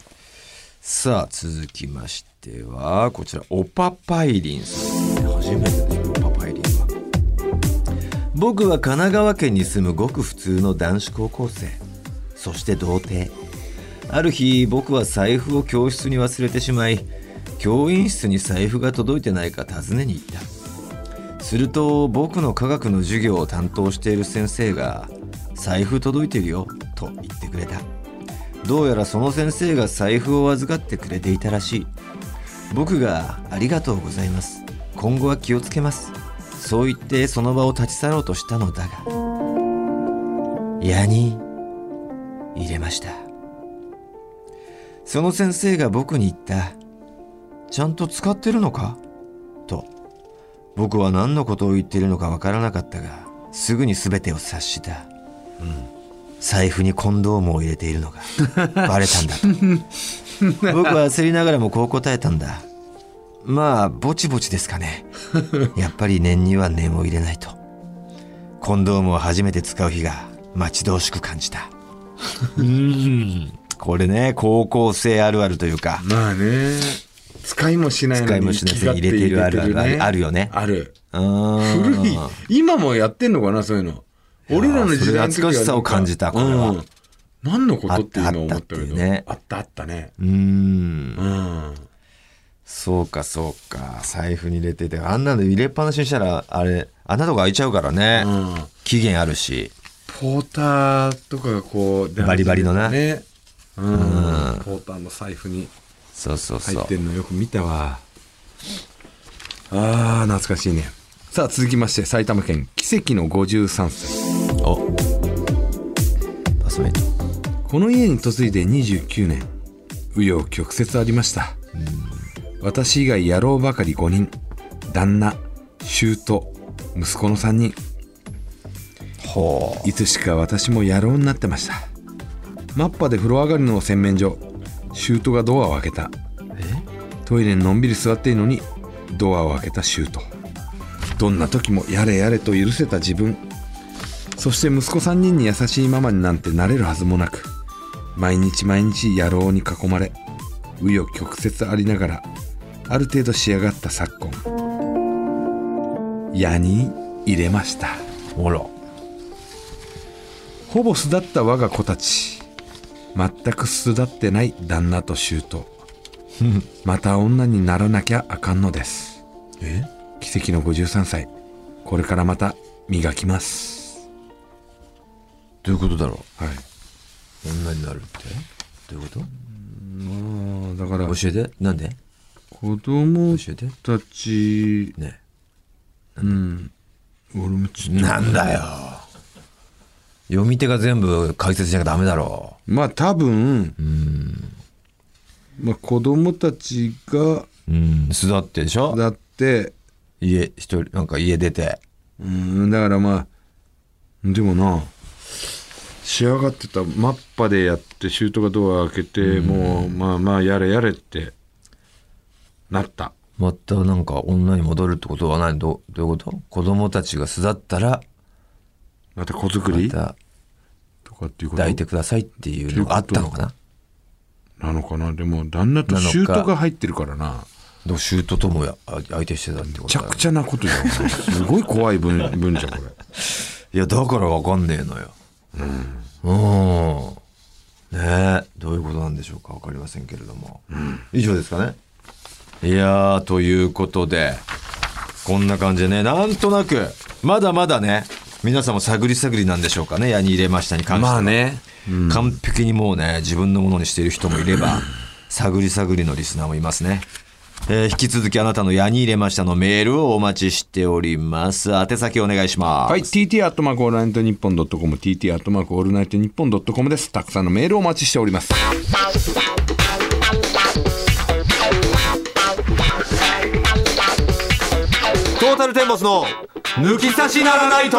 [SPEAKER 1] さあ続きましてはこちらオパパイリンさん初めてねオパパイリンは僕は神奈川県に住むごく普通の男子高校生そして童貞ある日僕は財布を教室に忘れてしまい教員室に財布が届いてないか尋ねに行ったすると僕の科学の授業を担当している先生が「財布届いてるよ」と言ってくれたどうやらその先生が財布を預かってくれていたらしい僕が「ありがとうございます今後は気をつけます」そう言ってその場を立ち去ろうとしたのだが矢に入れましたその先生が僕に言った「ちゃんと使ってるのか?」と僕は何のことを言っているのかわからなかったがすぐに全てを察した、財布にコンドームを入れているのがバレたんだと僕は焦りながらもこう答えたんだまあぼちぼちですかねやっぱり念には念を入れないとコンドームを初めて使う日が待ち遠しく感じたこれね高校生あるあるというか
[SPEAKER 2] まあね使いもしない
[SPEAKER 1] 使
[SPEAKER 2] の
[SPEAKER 1] いも
[SPEAKER 2] に
[SPEAKER 1] しない
[SPEAKER 2] 気がって入れてる
[SPEAKER 1] 入れてるあるあ
[SPEAKER 2] ね
[SPEAKER 1] るあるよね
[SPEAKER 2] ある
[SPEAKER 1] 古
[SPEAKER 2] 古い今もやってんのかなそういうの
[SPEAKER 1] やー
[SPEAKER 2] 俺らの時代の時
[SPEAKER 1] それ懐
[SPEAKER 2] は
[SPEAKER 1] かしさを感じたこれは
[SPEAKER 2] うん何のことっていうのを思
[SPEAKER 1] あ
[SPEAKER 2] っ
[SPEAKER 1] ったた
[SPEAKER 2] け
[SPEAKER 1] あったってい
[SPEAKER 2] ど
[SPEAKER 1] うね
[SPEAKER 2] あったあったね
[SPEAKER 1] うーん
[SPEAKER 2] うん
[SPEAKER 1] そうかそうか財布に入れててあんなの入れっぱなしにしたらあれ穴とか開いちゃうからね、
[SPEAKER 2] うん
[SPEAKER 1] 期限あるし
[SPEAKER 2] ポーターとかがこう出始めてね
[SPEAKER 1] バリバリのな
[SPEAKER 2] ねうん
[SPEAKER 1] うん
[SPEAKER 2] ポーターの財布に
[SPEAKER 1] そうそう
[SPEAKER 2] 入
[SPEAKER 1] そ
[SPEAKER 2] っ
[SPEAKER 1] う
[SPEAKER 2] てんのよく見たわあー懐かしいねさあ続きまして埼玉県奇跡の53歳
[SPEAKER 1] おパスメイト
[SPEAKER 2] この家に嫁いで29年紆余曲折ありました私以外野郎ばかり5人旦那舅息子の3人
[SPEAKER 1] ほ
[SPEAKER 2] いつしか私も野郎になってましたマッパで風呂上がりの洗面所シュートがドアを開けたトイレにのんびり座っているのにドアを開けたシュートどんな時もやれやれと許せた自分そして息子3人に優しいママになんてなれるはずもなく毎日毎日野郎に囲まれ紆余曲折ありながらある程度仕上がった昨今矢に入れました
[SPEAKER 1] ほら
[SPEAKER 2] ほぼ巣立った我が子たち全く巣立ってない旦那と周到 [laughs] また女にならなきゃあかんのです
[SPEAKER 1] え
[SPEAKER 2] 奇跡の53歳これからまた磨きます
[SPEAKER 1] どういうことだろ
[SPEAKER 2] はいう
[SPEAKER 1] 女になるってどういうこ
[SPEAKER 2] まあだから
[SPEAKER 1] と教えてなんで
[SPEAKER 2] 子供
[SPEAKER 1] 教えて
[SPEAKER 2] たち
[SPEAKER 1] ね
[SPEAKER 2] うん俺もちょっと
[SPEAKER 1] なんだよ読み手が全部解説しなきゃダメだろ
[SPEAKER 2] まあ多分まあ子供たちが
[SPEAKER 1] ううん巣立ってでしょ
[SPEAKER 2] だって
[SPEAKER 1] 家一人なんか家出て
[SPEAKER 2] うんだからまあでもな仕上がってたマッパでやってシュートがドア開けてもうまあまあやれやれってなった
[SPEAKER 1] またなんか女に戻るってことはないどどういうこと子供たちが巣立ったら
[SPEAKER 2] また子作
[SPEAKER 1] ま
[SPEAKER 2] り
[SPEAKER 1] た
[SPEAKER 2] とかっていうこと
[SPEAKER 1] 抱いてくださいっていうのがあったのかな
[SPEAKER 2] なのかなでも旦那と
[SPEAKER 1] なのか
[SPEAKER 2] シュートが入ってるからな
[SPEAKER 1] でもシュートともやあ相手してたってこ
[SPEAKER 2] めち
[SPEAKER 1] と
[SPEAKER 2] ゃ
[SPEAKER 1] だよ
[SPEAKER 2] くちゃなことじゃんこれすごい怖い文 [laughs] 文じゃんこれ
[SPEAKER 1] いやだからわかんねえのようんねえどういうことなんでしょうかわかりませんけれども、以上ですかねいやーということでこんな感じでねなんとなくまだまだね皆さんも探り探りなんでしょうかね矢に入れましたに関しては
[SPEAKER 2] まあね
[SPEAKER 1] 完璧にもうね自分のものにしている人もいれば探り探りのリスナーもいますね、えー引き続きあなたの「矢に入れました」のメールをお待ちしております宛先お願いします
[SPEAKER 2] はい TT アットマークオールナイトニッポンドットコム TT アットマークオールナイトニッポンドットコムですたくさんのメールをお待ちしております
[SPEAKER 1] トータルテンボスの抜き差しならないと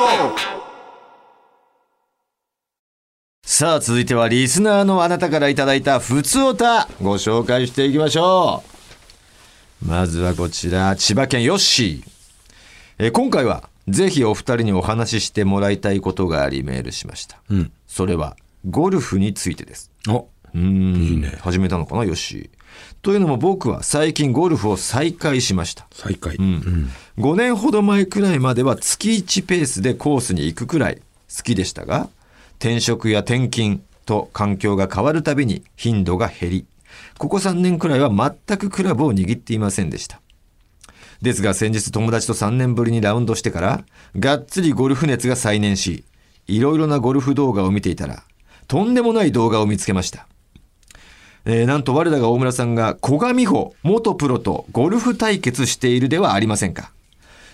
[SPEAKER 1] さあ続いてはリスナーのあなたからいただいたふつおたご紹介していきましょうまずはこちら千葉県ヨッシーえー今回はぜひお二人にお話ししてもらいたいことがありメールしました、
[SPEAKER 2] うん
[SPEAKER 1] それはゴルフについてです
[SPEAKER 2] お
[SPEAKER 1] うーん始めたのかなヨッシーというのも僕は最近ゴルフを再開しました
[SPEAKER 2] 再開
[SPEAKER 1] 5年ほど前くらいまでは月1ペースでコースに行くくらい好きでしたが転職や転勤と環境が変わるたびに頻度が減りここ3年くらいは全くクラブを握っていませんでしたですが先日友達と3年ぶりにラウンドしてからがっつりゴルフ熱が再燃しいろいろなゴルフ動画を見ていたらとんでもない動画を見つけましたえーなんと我らが大村さんが古賀美穂元プロとゴルフ対決しているではありませんか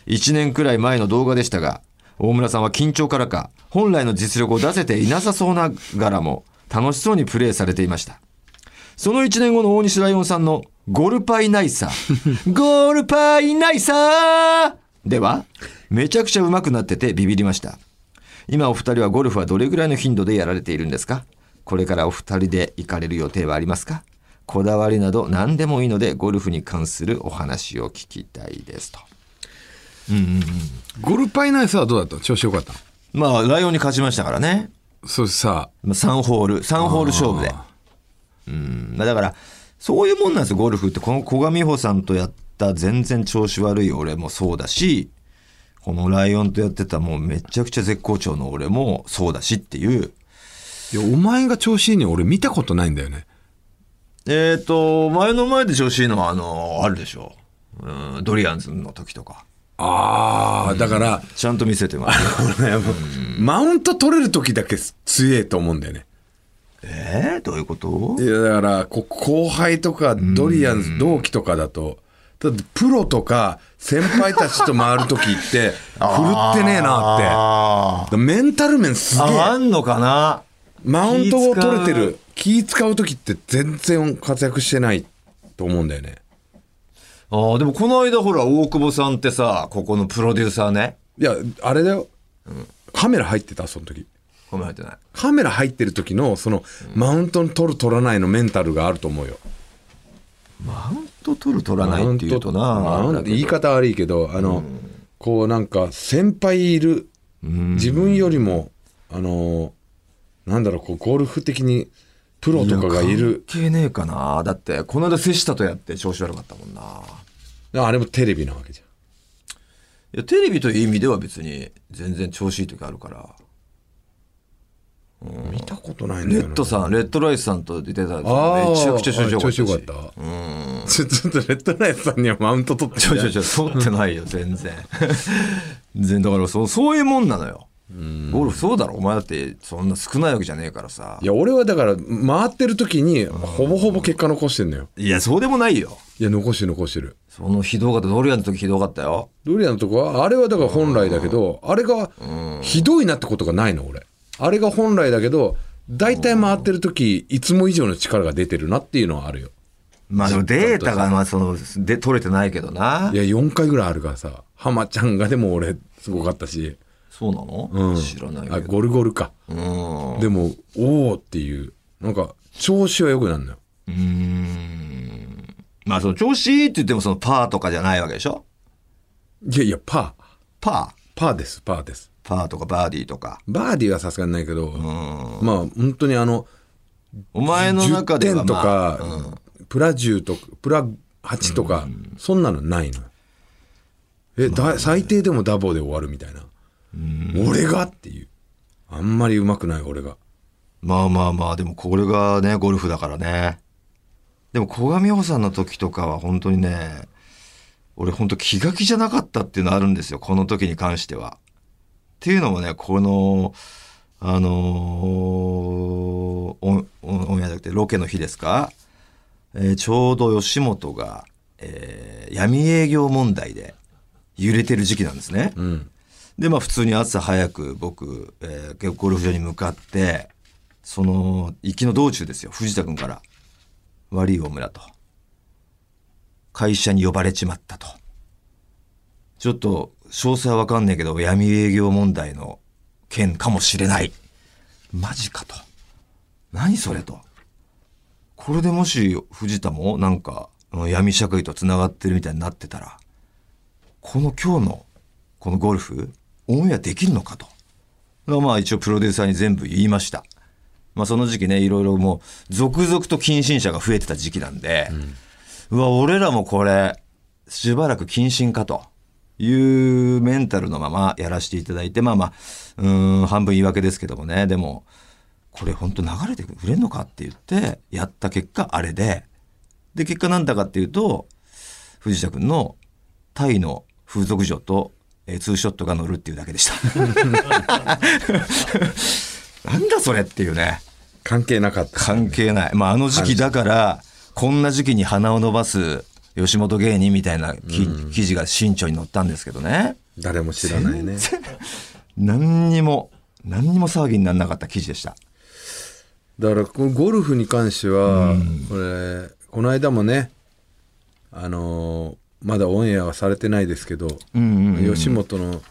[SPEAKER 1] 1年くらい前の動画でしたが大村さんは緊張からか本来の実力を出せていなさそうながらも楽しそうにプレーされていましたその1年後の大西ライオンさんのゴルパイナイサ [laughs] ーゴルパイナイサーではめちゃくちゃ上手くなっててビビりました今お二人はゴルフはどれぐらいの頻度でやられているんですかこれからお二人で行かれる予定はありますかこだわりなど何でもいいのでゴルフに関するお話を聞きたいですと
[SPEAKER 2] ゴルパイナイスはどうだった調子よかった
[SPEAKER 1] まあライオンに勝ちましたからね
[SPEAKER 2] そうさ
[SPEAKER 1] まあ3ホール3ホール勝負でうんまあだからそういうもんなんですよゴルフってこの古賀美穂さんとやった全然調子悪い俺もそうだしこのライオンとやってたもうめちゃくちゃ絶好調の俺もそうだしっていう
[SPEAKER 2] いやお前が調子いいの俺見たことないんだよね
[SPEAKER 1] えっ、と前の前で調子いいのはあのあるでしょうんドリアンズの時とか
[SPEAKER 2] ああだから、
[SPEAKER 1] ちゃんと見せて [laughs] ます
[SPEAKER 2] 俺もうマウント取れる時だけ強えと思うんだよね
[SPEAKER 1] えー、どういうこと
[SPEAKER 2] いやだからこ後輩とかドリアンズ同期とかだとだってプロとか先輩たちと回る時って [laughs] 振るってねえなって
[SPEAKER 1] あ
[SPEAKER 2] だからメンタル面す
[SPEAKER 1] ー
[SPEAKER 2] げえ
[SPEAKER 1] ああんのかな
[SPEAKER 2] マウントを取れてる気使う時って全然活躍してないと思うんだよね
[SPEAKER 1] ああ、でもこの間ほら、大久保さんってさ、ここのプロデューサーね。
[SPEAKER 2] いやあれだよ、カメラ入ってたその時
[SPEAKER 1] ごめん入ってない
[SPEAKER 2] カメラ入ってる時のそのマウント取る取らないのメンタルがあると思うよ
[SPEAKER 1] マウント取る取らないっていうとな
[SPEAKER 2] マウントマウント言い方悪いけどあの、こうなんか先輩いる自分よりもあのなんだろうこうゴルフ的にプロとかがいる
[SPEAKER 1] 関係ねえかなだってこの間瀬下とやって調子悪かったもんな
[SPEAKER 2] あれもテレビなわけじゃん
[SPEAKER 1] いやテレビという意味では別に全然調子いい時あるから
[SPEAKER 2] 見たことないんだ
[SPEAKER 1] レ
[SPEAKER 2] よ
[SPEAKER 1] ッ
[SPEAKER 2] な
[SPEAKER 1] ドさんレッドライスさんと出てたんです
[SPEAKER 2] あ
[SPEAKER 1] よ
[SPEAKER 2] ー
[SPEAKER 1] めちゃくちゃ調子良かったし
[SPEAKER 2] 調子よかったちょちょっとレッドライスさんにはマウント取って
[SPEAKER 1] ちょちょちょそうってないよ全然全然だからそうそういうもんなのよゴルフそうだろお前だってそんな少ないわけじゃねえからさ
[SPEAKER 2] いや俺はだから回ってる時にほぼほぼ結果残してんのよ
[SPEAKER 1] いやそうでもないよ
[SPEAKER 2] いや残してる残してる
[SPEAKER 1] そのひどかったドリアンの時ひどかったよ
[SPEAKER 2] ドリアンのとこはあれはだから本来だけどあれがひどいなってことがないの俺あれが本来だけど大体回ってる時いつも以上の力が出てるなっていうのはあるよ
[SPEAKER 1] まあでもデータがまあそので取れてないけどない
[SPEAKER 2] や4回ぐらいあるからさ浜ちゃんがでも俺すごかったし、
[SPEAKER 1] そうなの、
[SPEAKER 2] うん、
[SPEAKER 1] 知らないけ
[SPEAKER 2] あ
[SPEAKER 1] ど
[SPEAKER 2] ゴルゴルか
[SPEAKER 1] うん
[SPEAKER 2] でもおおっていうなんか調子は良くなるのよ
[SPEAKER 1] うーんまあその調子いいって言ってもそのパーとかじゃないわけでしょ
[SPEAKER 2] いやいやパー
[SPEAKER 1] パー
[SPEAKER 2] パーですパーです
[SPEAKER 1] パーとかバーディーとか
[SPEAKER 2] バーディーはさすがにないけど、まあ本当にあの
[SPEAKER 1] お前の
[SPEAKER 2] 10
[SPEAKER 1] 中で
[SPEAKER 2] 点
[SPEAKER 1] は、
[SPEAKER 2] と
[SPEAKER 1] まあ
[SPEAKER 2] か、プラ10とかプラ8とか、そんなのないのえ、だ最低でもダボで終わるみたいな、俺がっていうあんまりうまくない俺が
[SPEAKER 1] まあまあまあでもこれがねゴルフだからねでも古賀美穂さんの時とかは本当にね俺本当気が気じゃなかったっていうのあるんですよこの時に関しては。っていうのもねこのあのーオンオンオンエアじゃなくてロケの日ですか、えーちょうど吉本が、えー闇営業問題で揺れてる時期なんですね。でまあ普通に朝早く僕、えーゴルフ場に向かってその行きの道中ですよ藤田君から「悪い大村」と「会社に呼ばれちまった」と「ちょっと詳細は分かんねえけど闇営業問題の件かもしれない」「マジか」と「何それ」と。これでもし藤田もなんかあの闇社会とつながってるみたいになってたらこの今日のこのゴルフオンエアできるのかと。がまあ一応プロデューサーに全部言いました。まあその時期ねいろいろもう続々と近親者が増えてた時期なんで、うわ俺らもこれしばらく謹慎かというメンタルのままやらせていただいてまあまあうーん半分言い訳ですけどもねでもこれ本当流れてくれんのかって言ってやった結果あれでで結果なんだかっていうと藤田君のタイの風俗嬢と、えーツーショットが乗るっていうだけでしたなんだそれっていうね
[SPEAKER 2] 関係なかった
[SPEAKER 1] 関係ない、まあ、あの時期だからこんな時期に鼻を伸ばす吉本芸人みたいなき記事が新潮に載ったんですけどね
[SPEAKER 2] 誰も知らないね
[SPEAKER 1] [laughs] 何にも何にも騒ぎにならなかった記事でした
[SPEAKER 2] だからこのゴルフに関しては、これこの間もねあのーまだオンエアはされてないですけど、
[SPEAKER 1] ん
[SPEAKER 2] 吉本の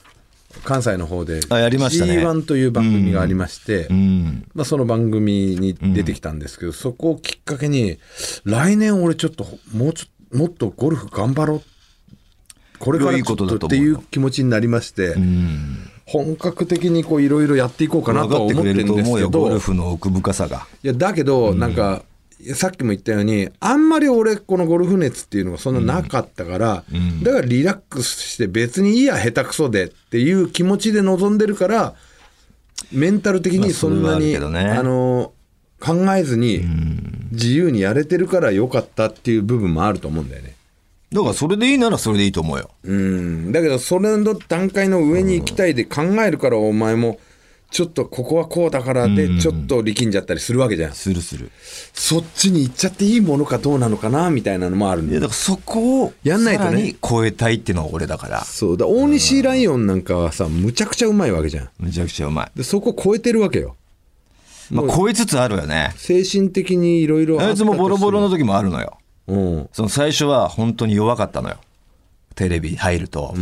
[SPEAKER 2] 関西の方で
[SPEAKER 1] あやりましたね
[SPEAKER 2] G1 という番組がありまして、
[SPEAKER 1] うん
[SPEAKER 2] まあ、その番組に出てきたんですけど、そこをきっかけに来年俺ちょっともうちょもっとゴルフ頑張ろうこれから
[SPEAKER 1] いやい
[SPEAKER 2] ち
[SPEAKER 1] い
[SPEAKER 2] ょ
[SPEAKER 1] こと
[SPEAKER 2] っ
[SPEAKER 1] だと
[SPEAKER 2] とっ
[SPEAKER 1] 思
[SPEAKER 2] て
[SPEAKER 1] うよ
[SPEAKER 2] いう気持ちになりまして、本格的にこういろいろやっていこうかな
[SPEAKER 1] 分
[SPEAKER 2] とは
[SPEAKER 1] かって
[SPEAKER 2] 思っ
[SPEAKER 1] く
[SPEAKER 2] て
[SPEAKER 1] れ
[SPEAKER 2] る
[SPEAKER 1] ると
[SPEAKER 2] んで
[SPEAKER 1] 思
[SPEAKER 2] す
[SPEAKER 1] う
[SPEAKER 2] け
[SPEAKER 1] よゴ
[SPEAKER 2] ど
[SPEAKER 1] ルフの奥深さが
[SPEAKER 2] いやだけど、なんかさっきも言ったようにあんまり俺このゴルフ熱っていうのがそんななかったから、だからリラックスして別にいいや下手くそでっていう気持ちで臨んでるからメンタル的にそんなに、
[SPEAKER 1] まあそれはあるけどね
[SPEAKER 2] あの考えずに自由にやれてるから良かったっていう部分もあると思うんだよね。
[SPEAKER 1] だからそれでいいならそれでいいと思うよ
[SPEAKER 2] うん、だけどそれの段階の上に行きたいで考えるからお前もちょっとここはこうだからでちょっと力んじゃったりするわけじゃん。
[SPEAKER 1] するする
[SPEAKER 2] そっちに行っちゃっていいものかどうなのかなみたいなのもあるん
[SPEAKER 1] いやだからそこを
[SPEAKER 2] やんないとね
[SPEAKER 1] さらに超えたいっていうのは俺だから
[SPEAKER 2] そうだ大西ライオンなんかはさむちゃくちゃうまいわけじゃん
[SPEAKER 1] めちゃくちゃうまい、
[SPEAKER 2] でそこ超えてるわけよ
[SPEAKER 1] まあ、超えつつあるよね
[SPEAKER 2] 精神的にいろいろ
[SPEAKER 1] あいつもボロボロ
[SPEAKER 2] の
[SPEAKER 1] の時もあるのよ
[SPEAKER 2] うん
[SPEAKER 1] その最初は本当に弱かったのよテレビ入ると、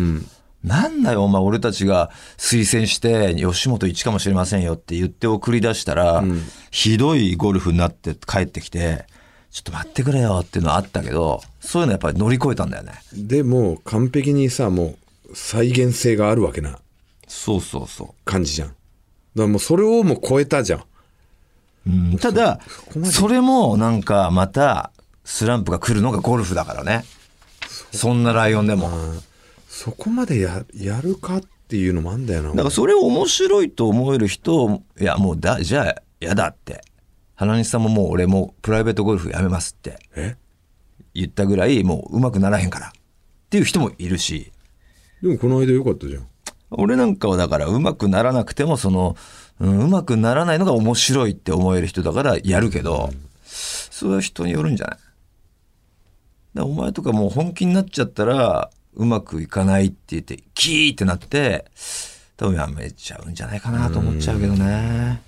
[SPEAKER 1] なんだよ、お前、俺たちが推薦して、吉本一かもしれませんよって言って送り出したら、ひどいゴルフになって帰ってきて、ちょっと待ってくれよっていうのはあったけど、そういうのやっぱり乗り越えたんだよね。
[SPEAKER 2] でもう完璧にさもう再現性があるわけな
[SPEAKER 1] そうそうそ
[SPEAKER 2] 感じじゃんだからもうそれをもう超えたじゃん
[SPEAKER 1] う。うん、ただ
[SPEAKER 2] こま、で
[SPEAKER 1] それもなんかまた、スランプが来るのがゴルフだからね。そんなライオンでも。
[SPEAKER 2] そこまでややるかっていうのもあんだよな
[SPEAKER 1] だからそれを面白いと思える人、いや、もうだ、じゃあ、やだって。花西さんももう俺もプライベートゴルフやめますって
[SPEAKER 2] え
[SPEAKER 1] 言ったぐらい、もう上手くならへんから。っていう人もいるし、
[SPEAKER 2] でもこの間よかったじゃん
[SPEAKER 1] 俺なんかはだから上手くならなくても、その、うん、上手くならないのが面白いって思える人だからやるけど、そういう人によるんじゃないだからお前とかもう本気になっちゃったら、うまくいかないって言って、キーってなって、多分やめちゃうんじゃないかなと思っちゃうけどね。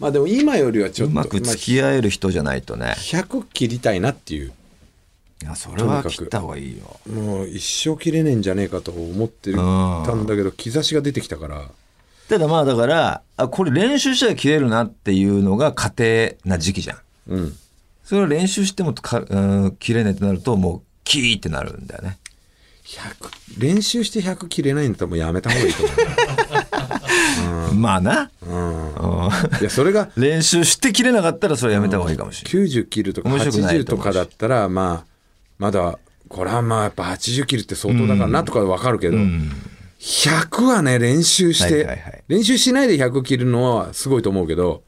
[SPEAKER 2] まあでも今よりはちょ
[SPEAKER 1] う
[SPEAKER 2] っと
[SPEAKER 1] まく付き合える人じゃないとね。
[SPEAKER 2] まあ100切りたいなっていう
[SPEAKER 1] いや、それは切った方がいいよ。
[SPEAKER 2] もう一生切れねえんじゃねえかと思ってる
[SPEAKER 1] うん
[SPEAKER 2] たんだけど兆しが出てきたから
[SPEAKER 1] ただまあだから、あ、これ練習したら切れるなっていうのが家庭な時期じゃん。
[SPEAKER 2] うん
[SPEAKER 1] それを練習してもか、うん、切れねえってなると、もう、キーってなるんだよね。
[SPEAKER 2] 100練習して100切れないんだったらもうやめた方がいいと思
[SPEAKER 1] まあな。 [laughs]
[SPEAKER 2] ういやそれが
[SPEAKER 1] 練習して切れなかったら、それやめた方がいいかもしれない。
[SPEAKER 2] 90切るとか
[SPEAKER 1] 面白くない
[SPEAKER 2] 80
[SPEAKER 1] と
[SPEAKER 2] と
[SPEAKER 1] 思うし
[SPEAKER 2] かだったらまあまだこれはまあやっぱ80切るって相当だからなとかわかるけど、100はね練習して、
[SPEAKER 1] はいはいはい
[SPEAKER 2] 練習しないで100切るのはすごいと思うけど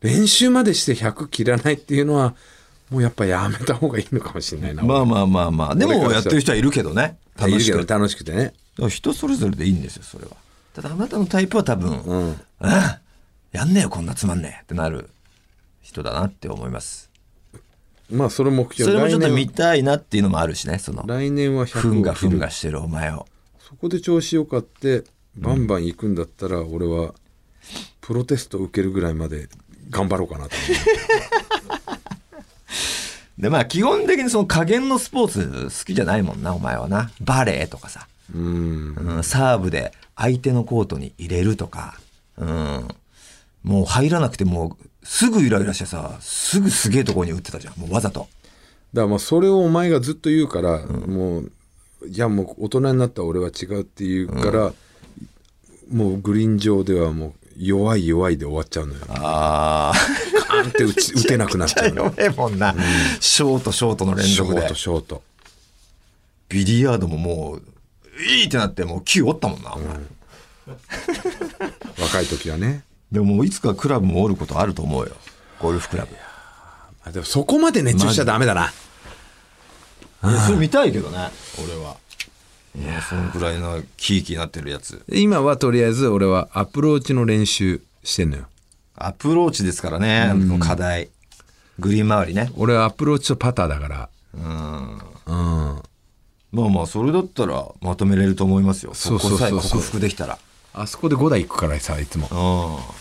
[SPEAKER 2] 練習までして100切らないっていうのはもうやっぱやめた方がいいのかもしれないな、
[SPEAKER 1] まあまあまあまあ。で
[SPEAKER 2] 俺か
[SPEAKER 1] も、
[SPEAKER 2] ら
[SPEAKER 1] やってる人はいるけどね。
[SPEAKER 2] 楽
[SPEAKER 1] 楽
[SPEAKER 2] し
[SPEAKER 1] し
[SPEAKER 2] く
[SPEAKER 1] く。
[SPEAKER 2] 楽しくてね
[SPEAKER 1] 人それぞれでいいんですよ、それは。ただ、あなたのタイプは多分、うん、やんねえよ、こんなつまんねえってなる人だなって思います。
[SPEAKER 2] まあそれ目標
[SPEAKER 1] それもちょっと
[SPEAKER 2] 来
[SPEAKER 1] 見
[SPEAKER 2] 年
[SPEAKER 1] たいなっていうのもあるしね、その。
[SPEAKER 2] 来年は
[SPEAKER 1] ふん
[SPEAKER 2] 100
[SPEAKER 1] が
[SPEAKER 2] を
[SPEAKER 1] ふ
[SPEAKER 2] 切
[SPEAKER 1] ん
[SPEAKER 2] る
[SPEAKER 1] がしてるお前を。
[SPEAKER 2] そこで調子よかってバンバン行くんだったら俺はプロテスト受けるぐらいまで頑張ろうかなと思う
[SPEAKER 1] で、まあ、基本的にその加減のスポーツ好きじゃないもんな、お前はな。バレーとかさ。 [laughs]
[SPEAKER 2] うん
[SPEAKER 1] うん、サーブで相手のコートに入れるとか。うん。もう入らなくてもうすぐイライラしてさ、すぐすげえところに打ってたじゃん。もうわざと。
[SPEAKER 2] だからまあそれをお前がずっと言うから、もういやもう大人になった俺は違うって言うから、もうグリーン上ではもう弱い弱いで終わっちゃうのよ
[SPEAKER 1] あ [laughs] あ。
[SPEAKER 2] カーンって打ち打てなくなっちゃ
[SPEAKER 1] [laughs]
[SPEAKER 2] うのよ
[SPEAKER 1] やべえもんな。ショート、ショートの連
[SPEAKER 2] ショ
[SPEAKER 1] 続
[SPEAKER 2] ー
[SPEAKER 1] で
[SPEAKER 2] ト。ショート
[SPEAKER 1] ビリヤードももう、いいってなって、もう9折ったもんな、お前。
[SPEAKER 2] 若い時はね
[SPEAKER 1] でももういつかクラブも折ることあると思うよ。ゴルフクラブ。
[SPEAKER 2] あでもそこまで熱中しちゃダメだない
[SPEAKER 1] やそれ見たいけどね俺はいやそのくらいのキーキーなってるやつ
[SPEAKER 2] 今はとりあえず俺はアプローチの練習してんのよ
[SPEAKER 1] アプローチですからね、その課題グリーン周りね
[SPEAKER 2] 俺はアプローチとパターだからうん
[SPEAKER 1] まあまあそれだったらまとめれると思いますよ
[SPEAKER 2] そうそうそうそう
[SPEAKER 1] ここさえ克服できたら
[SPEAKER 2] あそこで5台行くからさいつも
[SPEAKER 1] うん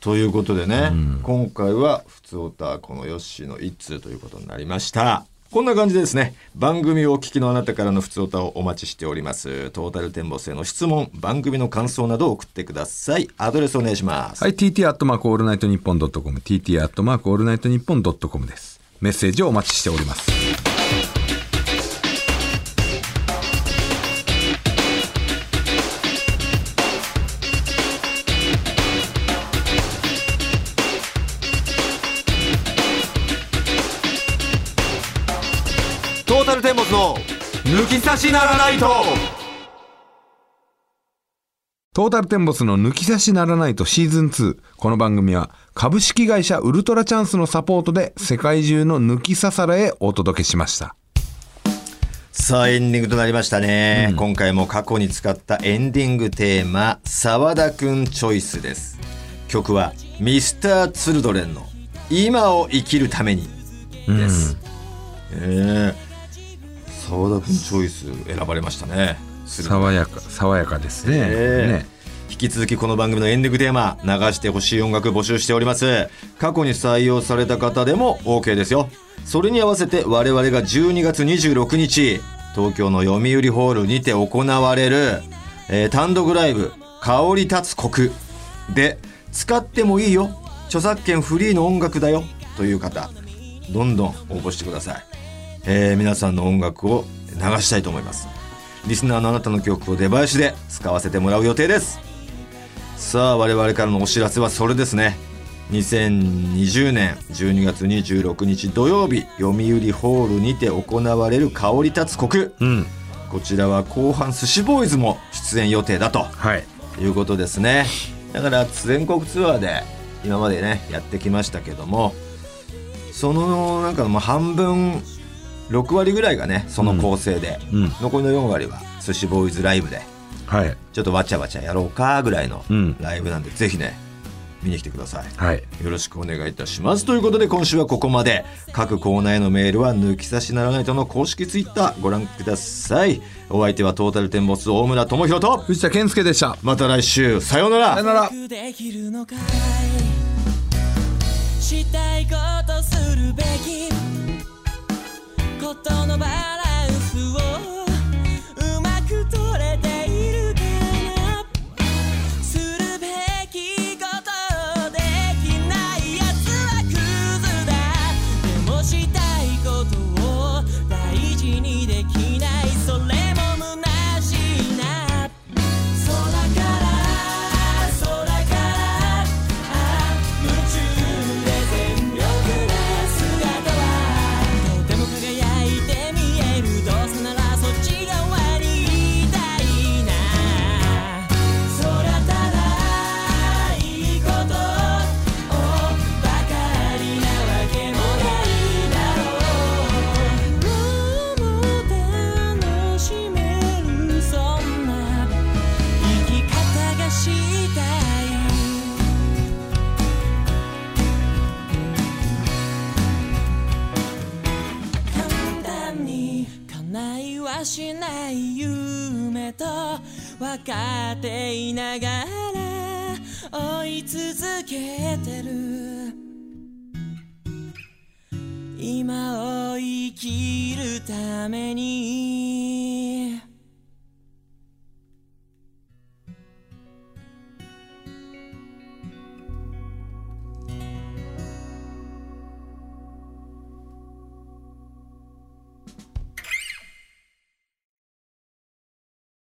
[SPEAKER 1] ということでね、今回は「ふつおた」このヨッシーの一通ということになりましたこんな感じでですね番組をお聞きのあなたからの「ふつおた」をお待ちしておりますトータル展望への質問番組の感想などを送ってくださいアドレスお願いします、
[SPEAKER 2] はい、tt アットマークオールナイトニッポンドットコム、tt アットマークオールナイトニッポンドットコムです。メッセージをお待ちしております。
[SPEAKER 1] トータルテンボスの抜き差しならないと
[SPEAKER 2] トータルテンボスの抜き差しならないとシーズン2。この番組は株式会社ウルトラチャンスのサポートで世界中の抜き差されへお届けしました。
[SPEAKER 1] さあエンディングとなりましたね、今回も過去に使ったエンディングテーマ澤田くんチョイスです曲は Mr.Children の「今を生きるために」です、ええ澤田くんチョイス選ばれましたね
[SPEAKER 2] 爽やか、爽やかですね。
[SPEAKER 1] え
[SPEAKER 2] ね
[SPEAKER 1] え引き続きこの番組のエンディングテーマ流してほしい音楽募集しております過去に採用された方でも OK ですよそれに合わせて我々が12月26日東京の読売ホールにて行われる、えー単独ライブ「香り立つ国」で使ってもいいよ著作権フリーの音楽だよという方どんどん応募してください、えー皆さんの音楽を流したいと思いますリスナーのあなたの曲を出囃子で使わせてもらう予定ですさあ我々からのお知らせはそれですね2020年12月26日土曜日読売ホールにて行われる「香り立つ国
[SPEAKER 2] うん」
[SPEAKER 1] こちらは後半寿司ボーイズも出演予定だと
[SPEAKER 2] はい
[SPEAKER 1] いうことですねだから全国ツアーで今までねやってきましたけどもそのなんかもう半分6割ぐらいがねその構成で、
[SPEAKER 2] うんうん
[SPEAKER 1] 残りの4割は寿司ボーイズライブで
[SPEAKER 2] はい
[SPEAKER 1] ちょっとわちゃわちゃやろうかぐらいの
[SPEAKER 2] うん
[SPEAKER 1] ライブなんで、ぜひね見に来てください
[SPEAKER 2] はい
[SPEAKER 1] よろしくお願いいたします。ということで今週はここまで。各コーナーへのメールは抜き差しならないとの公式ツイッターご覧ください。お相手はトータルテンボス大村智広と、
[SPEAKER 2] 藤田健介でした
[SPEAKER 1] また来週、さようなら
[SPEAKER 2] さよなら
[SPEAKER 3] できるのかいしたいことするべきことのバランスをうまく取れているかなするべきことできないやつはクズだでもしたいことを大事にできないそれも虚しいな「空から空からああ夢中で全力な姿は」「とても輝いて見えるどうせならそっち側にいたいな」「空たらいいことをばかりなわけもないだろう」「もう楽しめるそんな」生き方がしたい」「簡単に叶いはしない夢と分かっていながら追い続けてる」今を生きるために